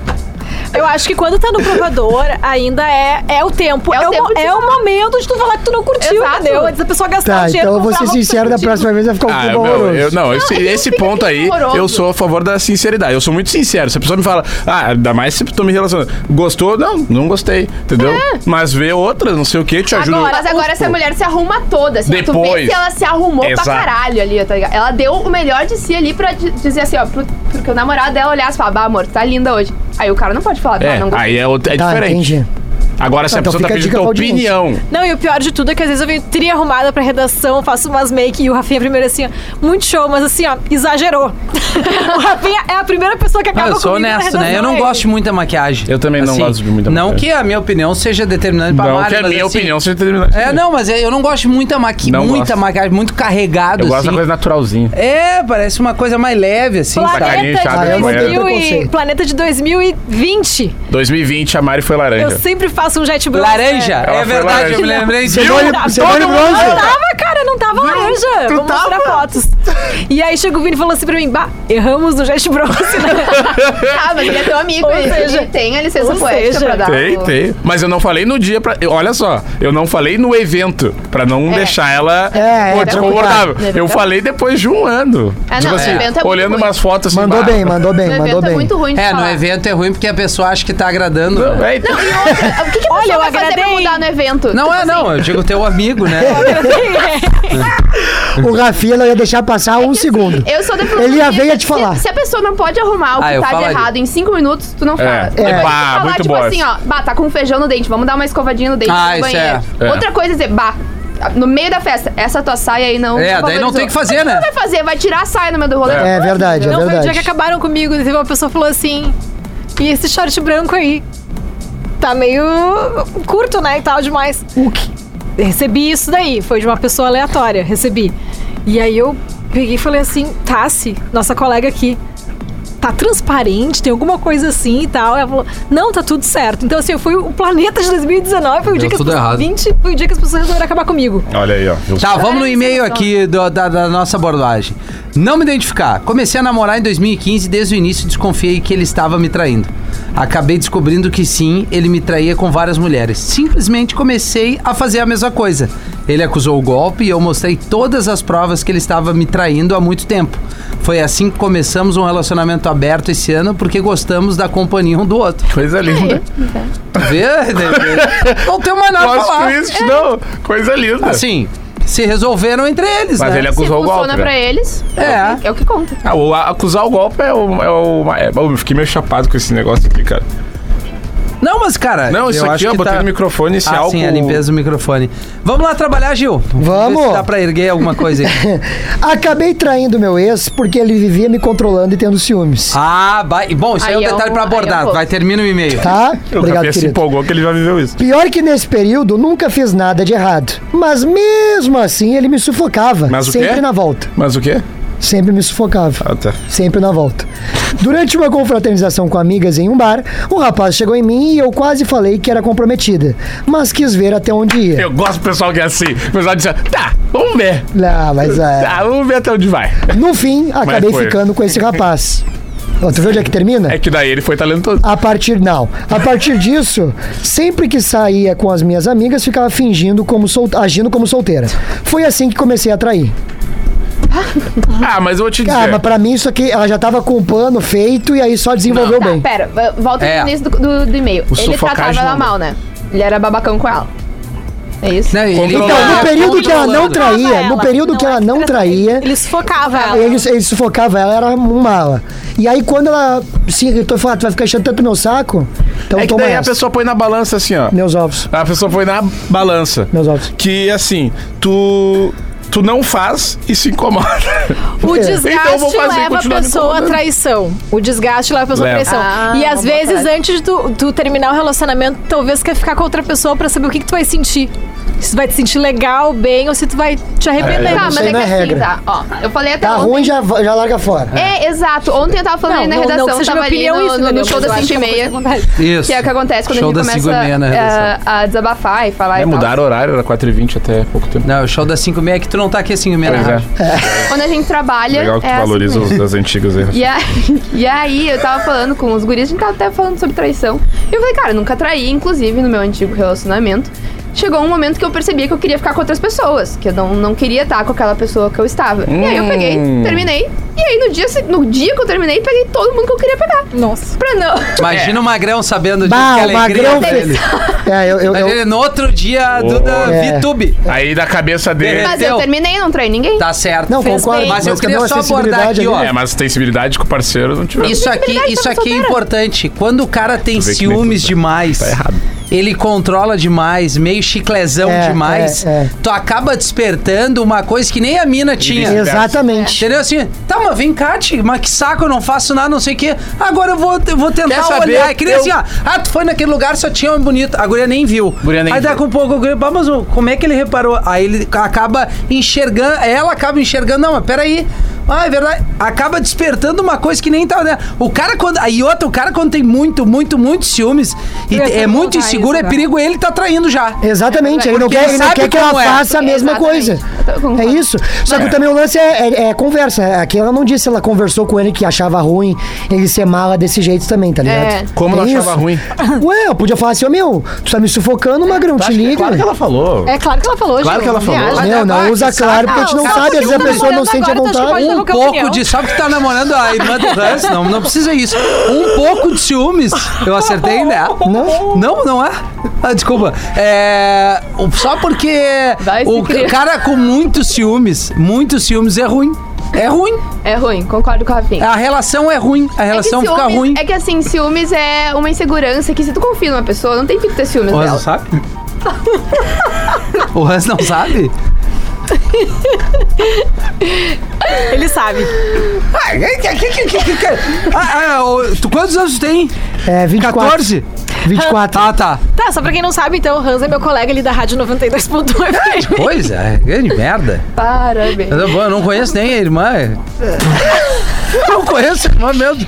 [SPEAKER 3] Eu acho que quando tá no provador, ainda é, é o tempo.
[SPEAKER 6] É o tempo
[SPEAKER 3] mo-
[SPEAKER 6] de
[SPEAKER 3] é o momento de tu falar que tu não curtiu,
[SPEAKER 6] Exato.
[SPEAKER 3] entendeu? Antes da pessoa gastar
[SPEAKER 5] Tá,
[SPEAKER 3] dinheiro.
[SPEAKER 5] então eu vou
[SPEAKER 3] comprar
[SPEAKER 5] ser
[SPEAKER 3] roupa que
[SPEAKER 5] sincero,
[SPEAKER 3] tu
[SPEAKER 5] da
[SPEAKER 3] curtiu.
[SPEAKER 5] próxima vez vai ficar um
[SPEAKER 4] Ah,
[SPEAKER 5] clima
[SPEAKER 4] meu,
[SPEAKER 5] horroroso.
[SPEAKER 4] eu, não, esse,
[SPEAKER 6] Não, ele não
[SPEAKER 4] esse
[SPEAKER 6] fica
[SPEAKER 4] ponto aí,
[SPEAKER 6] horroroso.
[SPEAKER 4] eu sou a favor da sinceridade. Eu sou muito sincero. Se a pessoa me fala, ah, ainda mais se tu me relaciona. Gostou? Não, não gostei. Entendeu? Mas vê outra, não sei o que, te ajuda.
[SPEAKER 6] É. Agora, mas agora essa mulher se arruma toda, assim. Tu vê
[SPEAKER 4] Tá, Depois.
[SPEAKER 6] que ela se arrumou
[SPEAKER 4] Exato.
[SPEAKER 6] pra caralho ali, tá ligado? Ela deu o melhor de si ali pra di- dizer assim, ó, pro, porque o namorado dela olhasse e falar, bah, amor, tu tá linda hoje. Aí o cara não pode falar,
[SPEAKER 4] É,
[SPEAKER 6] não, não gostei.
[SPEAKER 4] aí é, outra- é
[SPEAKER 5] Tá,
[SPEAKER 4] diferente.
[SPEAKER 5] entendi.
[SPEAKER 4] Agora, se
[SPEAKER 5] Tá,
[SPEAKER 4] a
[SPEAKER 5] então
[SPEAKER 4] pessoa tá
[SPEAKER 5] fica a dica
[SPEAKER 4] pedindo tua
[SPEAKER 5] pra audiência.
[SPEAKER 4] opinião,
[SPEAKER 3] Não, e o pior de tudo é que às vezes eu venho tri arrumada pra redação, faço umas make e o Rafinha primeiro assim, ó, muito show, mas assim, ó, exagerou. (laughs) o Rafinha é a primeira pessoa que acaba
[SPEAKER 2] Não, eu
[SPEAKER 3] comigo
[SPEAKER 2] sou
[SPEAKER 3] na
[SPEAKER 2] honesto, né?
[SPEAKER 3] redação,
[SPEAKER 2] Eu não
[SPEAKER 3] é
[SPEAKER 2] gosto de muita maquiagem. Assim,
[SPEAKER 4] Eu também não gosto de muita
[SPEAKER 2] Não
[SPEAKER 4] maquiagem.
[SPEAKER 2] que a minha opinião seja determinante pra
[SPEAKER 4] não
[SPEAKER 2] Mari,
[SPEAKER 4] que é a
[SPEAKER 2] mas
[SPEAKER 4] minha
[SPEAKER 2] assim,
[SPEAKER 4] opinião seja determinante.
[SPEAKER 2] É, não, mas eu não gosto de muita, maqui...
[SPEAKER 4] Não
[SPEAKER 2] muita
[SPEAKER 4] gosto.
[SPEAKER 2] maquiagem, muito carregado,
[SPEAKER 4] Eu gosto
[SPEAKER 2] assim.
[SPEAKER 4] da coisa naturalzinha.
[SPEAKER 2] É, parece uma coisa mais leve, assim, sabe?
[SPEAKER 4] carinha
[SPEAKER 3] Planeta de,
[SPEAKER 4] inchada, eu não tenho
[SPEAKER 3] 2000 e...
[SPEAKER 5] preconceito.
[SPEAKER 3] Planeta de 2020.
[SPEAKER 4] 2020, a Mari foi
[SPEAKER 3] Eu
[SPEAKER 4] laranja.
[SPEAKER 3] sempre faço um jet bronze.
[SPEAKER 2] Laranja,
[SPEAKER 3] né?
[SPEAKER 4] Ela
[SPEAKER 2] é
[SPEAKER 4] foi
[SPEAKER 2] verdade,
[SPEAKER 4] laranja.
[SPEAKER 2] eu me lembrei
[SPEAKER 5] Você
[SPEAKER 2] disso.
[SPEAKER 5] não
[SPEAKER 3] Tá
[SPEAKER 5] olha- você não olha bronze?
[SPEAKER 3] Eu tava, cara, não tava laranja. Vou mostrar fotos. E aí chega o Vini e falou assim pra mim: bah, erramos no jet bronze, né? (laughs)
[SPEAKER 6] Ah, mas ele é teu amigo,
[SPEAKER 3] Ou
[SPEAKER 6] ele,
[SPEAKER 3] seja-
[SPEAKER 6] ele tem a licença
[SPEAKER 3] ou
[SPEAKER 6] poética
[SPEAKER 3] seja-
[SPEAKER 6] pra dar.
[SPEAKER 4] Tem,
[SPEAKER 6] o-
[SPEAKER 4] tem. Mas eu não falei no dia pra. eu- Olha só, eu não falei no evento, pra não deixar ela
[SPEAKER 5] É,
[SPEAKER 4] pô,
[SPEAKER 5] é,
[SPEAKER 4] desconfortável.
[SPEAKER 6] complicado.
[SPEAKER 4] eu falei depois de um ano.
[SPEAKER 6] Ah,
[SPEAKER 4] tipo
[SPEAKER 6] não,
[SPEAKER 4] assim,
[SPEAKER 6] no evento é muito
[SPEAKER 4] olhando
[SPEAKER 6] ruim.
[SPEAKER 4] umas fotos assim.
[SPEAKER 5] Mandou
[SPEAKER 4] bah,
[SPEAKER 5] bem, mandou bem,
[SPEAKER 6] No
[SPEAKER 5] mandou
[SPEAKER 3] tá
[SPEAKER 6] evento é
[SPEAKER 5] bem.
[SPEAKER 6] muito ruim de
[SPEAKER 2] É, no
[SPEAKER 6] falar.
[SPEAKER 2] evento é ruim porque a pessoa acha que tá agradando. né?
[SPEAKER 4] Não, é, então,
[SPEAKER 6] O que, que a
[SPEAKER 3] Olha,
[SPEAKER 6] pessoa
[SPEAKER 3] eu
[SPEAKER 6] vai fazer pra
[SPEAKER 3] agradei.
[SPEAKER 6] mudar no evento? Tipo assim,
[SPEAKER 2] Não é, não. Eu digo teu amigo, né?
[SPEAKER 5] O Rafinha não ia deixar
[SPEAKER 3] É
[SPEAKER 5] passar um
[SPEAKER 3] assim,
[SPEAKER 5] segundo.
[SPEAKER 6] Eu sou da
[SPEAKER 5] Ele ia ver e ia
[SPEAKER 6] filosofia
[SPEAKER 5] te
[SPEAKER 6] que
[SPEAKER 5] falar.
[SPEAKER 6] Se, se a pessoa não pode arrumar o
[SPEAKER 2] Ah,
[SPEAKER 6] que
[SPEAKER 2] eu
[SPEAKER 6] tá de
[SPEAKER 2] falaria.
[SPEAKER 6] errado em cinco minutos, tu não fala.
[SPEAKER 4] É.
[SPEAKER 6] Depois
[SPEAKER 4] É.
[SPEAKER 6] tu
[SPEAKER 4] Bah,
[SPEAKER 6] falar,
[SPEAKER 4] muito
[SPEAKER 6] tipo
[SPEAKER 4] boa
[SPEAKER 6] assim, ó,
[SPEAKER 4] essa.
[SPEAKER 6] bah, tá com feijão no dente, vamos dar uma escovadinha no dente
[SPEAKER 2] Ah,
[SPEAKER 6] no
[SPEAKER 2] isso
[SPEAKER 6] banheiro.
[SPEAKER 4] é. É.
[SPEAKER 6] Outra coisa é dizer, bah, no meio da festa, essa tua saia aí não.
[SPEAKER 2] É, daí não tem o que fazer, né?
[SPEAKER 6] Não vai fazer, vai tirar a saia no meio do rolê.
[SPEAKER 5] É verdade, é
[SPEAKER 3] Não, foi o dia que
[SPEAKER 5] verdade.
[SPEAKER 3] acabaram comigo. Teve uma pessoa que falou assim: e esse short branco aí? Tá meio curto, né? E tal demais. O quê? Recebi isso daí. Foi de uma pessoa aleatória. Recebi. E aí eu peguei e falei assim: Tassi, nossa colega aqui. Tá transparente, tem alguma coisa assim e tal. Ela falou: Não, tá tudo certo. Então, assim, eu fui o planeta de 2019. Foi o, dia que as
[SPEAKER 2] tudo
[SPEAKER 3] pessoas,
[SPEAKER 2] errado.
[SPEAKER 3] 20, foi o dia que as pessoas resolveram acabar comigo.
[SPEAKER 4] Olha aí, ó. Eu-
[SPEAKER 2] Tá, vamos no
[SPEAKER 6] Ai,
[SPEAKER 2] e-mail
[SPEAKER 6] sem noção.
[SPEAKER 2] aqui do- da, da nossa abordagem. Não me identificar. Comecei a namorar em 2015 e desde o início desconfiei que ele estava me traindo. Acabei descobrindo que sim, ele me traía com várias mulheres. Simplesmente comecei a fazer a mesma coisa. Ele acusou o golpe e eu mostrei todas as provas que ele estava me traindo há muito tempo. Foi assim que começamos um relacionamento aberto esse ano porque gostamos da companhia um do outro.
[SPEAKER 4] Coisa
[SPEAKER 6] É, né?
[SPEAKER 4] linda.
[SPEAKER 2] Vê? Não tem mais nada a
[SPEAKER 4] Plot
[SPEAKER 2] falar.
[SPEAKER 4] twist, não. Coisa linda.
[SPEAKER 2] Assim, se resolveram entre eles,
[SPEAKER 4] Mas
[SPEAKER 2] né?
[SPEAKER 4] ele
[SPEAKER 6] Se
[SPEAKER 4] acusou o golpe.
[SPEAKER 6] funciona pra
[SPEAKER 4] né?
[SPEAKER 6] eles,
[SPEAKER 2] É.
[SPEAKER 6] o que- é o que conta.
[SPEAKER 4] Ah, o, a- acusar o golpe é o. É o é, eu fiquei meio chapado com esse negócio aqui, cara.
[SPEAKER 2] Não, mas cara.
[SPEAKER 4] Não, isso
[SPEAKER 2] eu
[SPEAKER 4] aqui
[SPEAKER 2] acho
[SPEAKER 4] eu
[SPEAKER 2] que
[SPEAKER 4] botei
[SPEAKER 2] tá-
[SPEAKER 4] no microfone é esse
[SPEAKER 2] ah,
[SPEAKER 4] álcool.
[SPEAKER 2] Sim, a limpeza do microfone. Vamos lá trabalhar, Gil.
[SPEAKER 5] Vamos.
[SPEAKER 2] Ver se dá pra erguer alguma coisa
[SPEAKER 5] (laughs)
[SPEAKER 2] aí.
[SPEAKER 5] Acabei traindo meu ex porque ele vivia me controlando e tendo ciúmes.
[SPEAKER 2] ah, vai. Bom, isso aí é um
[SPEAKER 6] Aí é
[SPEAKER 2] detalhe
[SPEAKER 6] um-
[SPEAKER 2] pra
[SPEAKER 6] aí é um
[SPEAKER 2] abordar.
[SPEAKER 6] pouco.
[SPEAKER 2] vai, termina o e-mail.
[SPEAKER 5] Tá?
[SPEAKER 4] O
[SPEAKER 5] Obrigado,
[SPEAKER 4] Rafinha se
[SPEAKER 5] querido.
[SPEAKER 4] empolgou que ele já viveu isso.
[SPEAKER 5] Pior que nesse período nunca fiz nada de errado. Mas mesmo assim ele me sufocava.
[SPEAKER 4] Mas o quê?
[SPEAKER 5] sempre na volta.
[SPEAKER 4] Mas o quê?
[SPEAKER 5] Sempre me sufocava.
[SPEAKER 4] Ah, tá.
[SPEAKER 5] Sempre na volta. Durante uma confraternização com amigas em um bar, o rapaz chegou em mim e eu quase falei que era comprometida. Mas quis ver até onde ia.
[SPEAKER 4] Eu gosto do pessoal que é assim. O pessoal diz, tá, vamos ver.
[SPEAKER 5] Não, mas
[SPEAKER 4] (laughs)
[SPEAKER 5] é.
[SPEAKER 4] Tá, vamos ver até onde vai.
[SPEAKER 5] No fim, acabei
[SPEAKER 4] foi.
[SPEAKER 5] ficando com esse rapaz. Ó, tu viu onde é que termina?
[SPEAKER 4] É que daí ele foi talentoso.
[SPEAKER 5] A partir não. A partir disso, sempre que saía com as minhas amigas, ficava fingindo como sol... agindo como solteira. Foi assim que comecei a trair.
[SPEAKER 4] Ah, mas eu vou te dizer.
[SPEAKER 5] Ah, mas pra mim isso aqui, ela já tava com o pano feito e aí só desenvolveu
[SPEAKER 6] Tá,
[SPEAKER 5] bem.
[SPEAKER 6] pera, v- volta
[SPEAKER 2] É.
[SPEAKER 6] no início do, do- do e-mail.
[SPEAKER 4] O
[SPEAKER 6] Ele
[SPEAKER 4] sufocagem
[SPEAKER 6] tratava ela
[SPEAKER 4] não dá.
[SPEAKER 6] mal, né? Ele era babacão com ela. É isso?
[SPEAKER 2] Não, ele-
[SPEAKER 5] Então, no
[SPEAKER 2] Ah,
[SPEAKER 5] período que ela não
[SPEAKER 2] controlando.
[SPEAKER 5] traía,
[SPEAKER 3] Ela
[SPEAKER 5] no período que
[SPEAKER 3] é
[SPEAKER 5] ela não traía,
[SPEAKER 3] Ele sufocava ela.
[SPEAKER 5] ele, ele sufocava ela, era um mala. E aí quando ela se irritou e falou, ah, tu vai ficar enchendo tanto meu saco, então
[SPEAKER 4] é que
[SPEAKER 5] toma
[SPEAKER 4] daí a
[SPEAKER 5] essa.
[SPEAKER 4] pessoa põe na balança assim, ó.
[SPEAKER 5] Meus ovos,
[SPEAKER 4] A pessoa põe na balança.
[SPEAKER 5] meus ovos.
[SPEAKER 4] Que assim, tu. Tu não faz e se incomoda.
[SPEAKER 3] O
[SPEAKER 5] É.
[SPEAKER 4] Então eu vou
[SPEAKER 3] desgaste
[SPEAKER 4] fazer,
[SPEAKER 3] leva a
[SPEAKER 4] continuar me
[SPEAKER 3] pessoa à
[SPEAKER 4] incomodando.
[SPEAKER 3] traição. O desgaste leva a pessoa à
[SPEAKER 4] Leva.
[SPEAKER 3] traição.
[SPEAKER 6] Ah,
[SPEAKER 3] e
[SPEAKER 6] uma
[SPEAKER 3] às
[SPEAKER 6] boa
[SPEAKER 3] vezes,
[SPEAKER 6] frase.
[SPEAKER 3] antes de tu, tu terminar o relacionamento, talvez quer ficar com outra pessoa pra saber o que, que tu vai sentir. se tu vai te sentir legal, bem, ou se tu vai te arrepender.
[SPEAKER 5] É,
[SPEAKER 6] Tá, mas
[SPEAKER 5] sei
[SPEAKER 6] é que
[SPEAKER 5] não é
[SPEAKER 6] assim,
[SPEAKER 5] regra.
[SPEAKER 6] tá? Ó, eu falei até
[SPEAKER 5] Tá
[SPEAKER 6] ontem.
[SPEAKER 5] ruim, já, va- já larga fora.
[SPEAKER 6] É, exato. Ontem eu tava falando
[SPEAKER 3] Não,
[SPEAKER 6] ali na
[SPEAKER 3] não- não
[SPEAKER 6] redação,
[SPEAKER 3] que seja
[SPEAKER 6] tava
[SPEAKER 3] minha opinião
[SPEAKER 6] ali no,
[SPEAKER 3] isso,
[SPEAKER 6] no,
[SPEAKER 3] entendeu?
[SPEAKER 6] show
[SPEAKER 3] Mas eu
[SPEAKER 6] das
[SPEAKER 3] acho
[SPEAKER 6] 5 e
[SPEAKER 3] que é
[SPEAKER 6] meia.
[SPEAKER 3] uma coisa que acontece.
[SPEAKER 2] Isso.
[SPEAKER 6] Que é o que acontece quando
[SPEAKER 2] Show
[SPEAKER 6] a
[SPEAKER 2] das
[SPEAKER 6] gente
[SPEAKER 2] cinco e
[SPEAKER 6] começa
[SPEAKER 2] meia né, na
[SPEAKER 6] eh,
[SPEAKER 2] redação. Né,
[SPEAKER 6] a desabafar e
[SPEAKER 4] É,
[SPEAKER 6] falar e tal.
[SPEAKER 4] mudaram o horário, era 4h20 até pouco tempo.
[SPEAKER 2] Não, o show das 5 e meia é que tu não tá aqui às 5 e meia na
[SPEAKER 4] Pois é.
[SPEAKER 2] rádio.
[SPEAKER 6] Quando a gente trabalha.
[SPEAKER 4] Legal que
[SPEAKER 6] é
[SPEAKER 4] tu
[SPEAKER 6] assim
[SPEAKER 4] valoriza
[SPEAKER 6] mesmo.
[SPEAKER 4] os das antigas aí.
[SPEAKER 6] E é aí, (laughs) e aí, eu tava falando com os guris, a gente tava até falando sobre traição. E eu falei, cara, eu nunca traí, inclusive no meu antigo relacionamento. Chegou um momento que eu percebi que eu queria ficar com outras pessoas, que eu não, não queria estar com aquela pessoa que eu estava. E aí eu peguei,
[SPEAKER 4] Hum.
[SPEAKER 6] terminei. E aí no dia, se- no dia que eu terminei, peguei todo mundo que eu queria pegar.
[SPEAKER 3] Nossa.
[SPEAKER 6] Pra não. (laughs) É.
[SPEAKER 2] Imagina o Magrão sabendo disso,
[SPEAKER 5] Bah,
[SPEAKER 2] que
[SPEAKER 5] o
[SPEAKER 2] alegria
[SPEAKER 5] Magrão
[SPEAKER 2] dele.
[SPEAKER 5] fez. É, eu, eu,
[SPEAKER 2] Mas
[SPEAKER 5] eu,
[SPEAKER 2] ele, no outro dia, a Duda
[SPEAKER 5] É.
[SPEAKER 2] VTube.
[SPEAKER 4] Aí da cabeça dele.
[SPEAKER 6] Mas
[SPEAKER 2] Então-
[SPEAKER 6] eu terminei, não traí ninguém.
[SPEAKER 2] Tá certo.
[SPEAKER 5] Não,
[SPEAKER 3] Fez
[SPEAKER 5] concordo.
[SPEAKER 3] bem.
[SPEAKER 2] Mas eu
[SPEAKER 5] também
[SPEAKER 2] queria
[SPEAKER 5] uma
[SPEAKER 2] só abordar
[SPEAKER 5] sensibilidade
[SPEAKER 2] aqui,
[SPEAKER 5] ali.
[SPEAKER 2] ó.
[SPEAKER 4] É, mas sensibilidade com o parceiro não tiver.
[SPEAKER 2] Isso aqui,
[SPEAKER 6] Sensibilidade,
[SPEAKER 2] isso
[SPEAKER 6] tava
[SPEAKER 2] aqui é
[SPEAKER 6] solteira.
[SPEAKER 2] importante. Quando o cara tem
[SPEAKER 4] vê que nem
[SPEAKER 2] ciúmes
[SPEAKER 4] tudo, né?
[SPEAKER 2] demais,
[SPEAKER 4] Tá errado.
[SPEAKER 2] ele controla demais, meio chiclezão
[SPEAKER 5] É,
[SPEAKER 2] demais,
[SPEAKER 5] é, é.
[SPEAKER 2] tu acaba despertando uma coisa que nem a mina tinha.
[SPEAKER 4] vice-versa.
[SPEAKER 5] Exatamente.
[SPEAKER 2] Entendeu assim? Tá, mas vem cá, tia, mas que saco, eu não faço nada, não sei o quê. Agora eu vou, eu vou tentar
[SPEAKER 4] Quer saber?
[SPEAKER 2] olhar. É que nem
[SPEAKER 4] Eu-
[SPEAKER 2] assim, ó. Ah, tu foi naquele lugar, só tinha homem bonito. A guria nem viu.
[SPEAKER 4] Guria nem
[SPEAKER 2] Aí daqui
[SPEAKER 4] viu.
[SPEAKER 2] um pouco, a guria, "Bah, mas ô, como é que ele reparou? Aí ele acaba enxergando, ela acaba enxergando, não, mas peraí. Ah, é verdade. Acaba despertando uma coisa que nem tava, né? O cara quando. Aí outra, o cara quando tem muito, muito, muito ciúmes e
[SPEAKER 3] Eu ia
[SPEAKER 2] é muito
[SPEAKER 3] perguntar
[SPEAKER 2] inseguro,
[SPEAKER 3] isso,
[SPEAKER 2] é
[SPEAKER 3] né?
[SPEAKER 2] perigo ele tá traindo já.
[SPEAKER 5] Exatamente, ele não
[SPEAKER 2] Porque
[SPEAKER 5] quer, ele não
[SPEAKER 2] sabe
[SPEAKER 5] quer que ela
[SPEAKER 2] como é.
[SPEAKER 5] faça a mesma
[SPEAKER 6] Exatamente.
[SPEAKER 5] coisa.
[SPEAKER 6] Eu tô- concordo.
[SPEAKER 5] É isso. Só que também o lance é, é- é conversa. Aqui ela não disse se ela conversou com ele que achava ruim ele ser mala desse jeito também, tá ligado?
[SPEAKER 6] É.
[SPEAKER 4] Como ela
[SPEAKER 5] É
[SPEAKER 4] achava ruim.
[SPEAKER 5] (laughs) Ué, eu podia falar assim, ô meu, tu tá me sufocando, magrão, te liga.
[SPEAKER 4] Claro que ela falou.
[SPEAKER 3] É claro que ela falou, Gil,
[SPEAKER 4] Claro que ela falou. né?
[SPEAKER 3] viaja.
[SPEAKER 5] Não,
[SPEAKER 2] Ah,
[SPEAKER 5] não
[SPEAKER 2] que
[SPEAKER 5] usa claro, porque a gente não
[SPEAKER 3] saco.
[SPEAKER 5] sabe, às vezes a
[SPEAKER 3] Não,
[SPEAKER 5] pessoa não
[SPEAKER 3] namorando
[SPEAKER 5] sente a
[SPEAKER 3] agora, tu acha que
[SPEAKER 5] vontade.
[SPEAKER 3] pode-
[SPEAKER 2] um
[SPEAKER 3] qualquer
[SPEAKER 2] pouco
[SPEAKER 3] opinião.
[SPEAKER 2] de. Sabe que tá namorando a irmã do Hans? Não, não precisa isso. Um pouco de ciúmes. Eu acertei, né?
[SPEAKER 5] Não.
[SPEAKER 2] Não, não é? Ah, desculpa. É. o- Só porque
[SPEAKER 6] Vai se
[SPEAKER 2] o
[SPEAKER 6] criar.
[SPEAKER 2] cara com muitos ciúmes, muitos ciúmes é ruim. É ruim.
[SPEAKER 6] É ruim, concordo com a Rafinha.
[SPEAKER 2] A relação é ruim. A
[SPEAKER 6] É que
[SPEAKER 2] relação fica
[SPEAKER 6] ciúmes-
[SPEAKER 2] ruim.
[SPEAKER 6] É que assim, ciúmes é uma insegurança que se tu confia numa pessoa, não tem por que ter ciúmes
[SPEAKER 2] O Hans não
[SPEAKER 6] dela.
[SPEAKER 2] sabe? O Hans não sabe?
[SPEAKER 3] Ele sabe.
[SPEAKER 2] Ah, que- que- que- que- que- que- Ah, ah, o- tu, quantos anos tu tem?
[SPEAKER 5] É, 24.
[SPEAKER 2] 14?
[SPEAKER 4] (laughs)
[SPEAKER 5] 24.
[SPEAKER 2] Ah, tá.
[SPEAKER 3] Tá, só pra quem não sabe, então, o Hans é meu colega ali da Rádio 92.1
[SPEAKER 4] (laughs)
[SPEAKER 3] FM.
[SPEAKER 2] Pois é, grande merda.
[SPEAKER 6] Parabéns.
[SPEAKER 2] Mas é bom, eu não conheço nem a irmã.
[SPEAKER 5] (laughs)
[SPEAKER 2] Eu não conheço a irmã mesmo.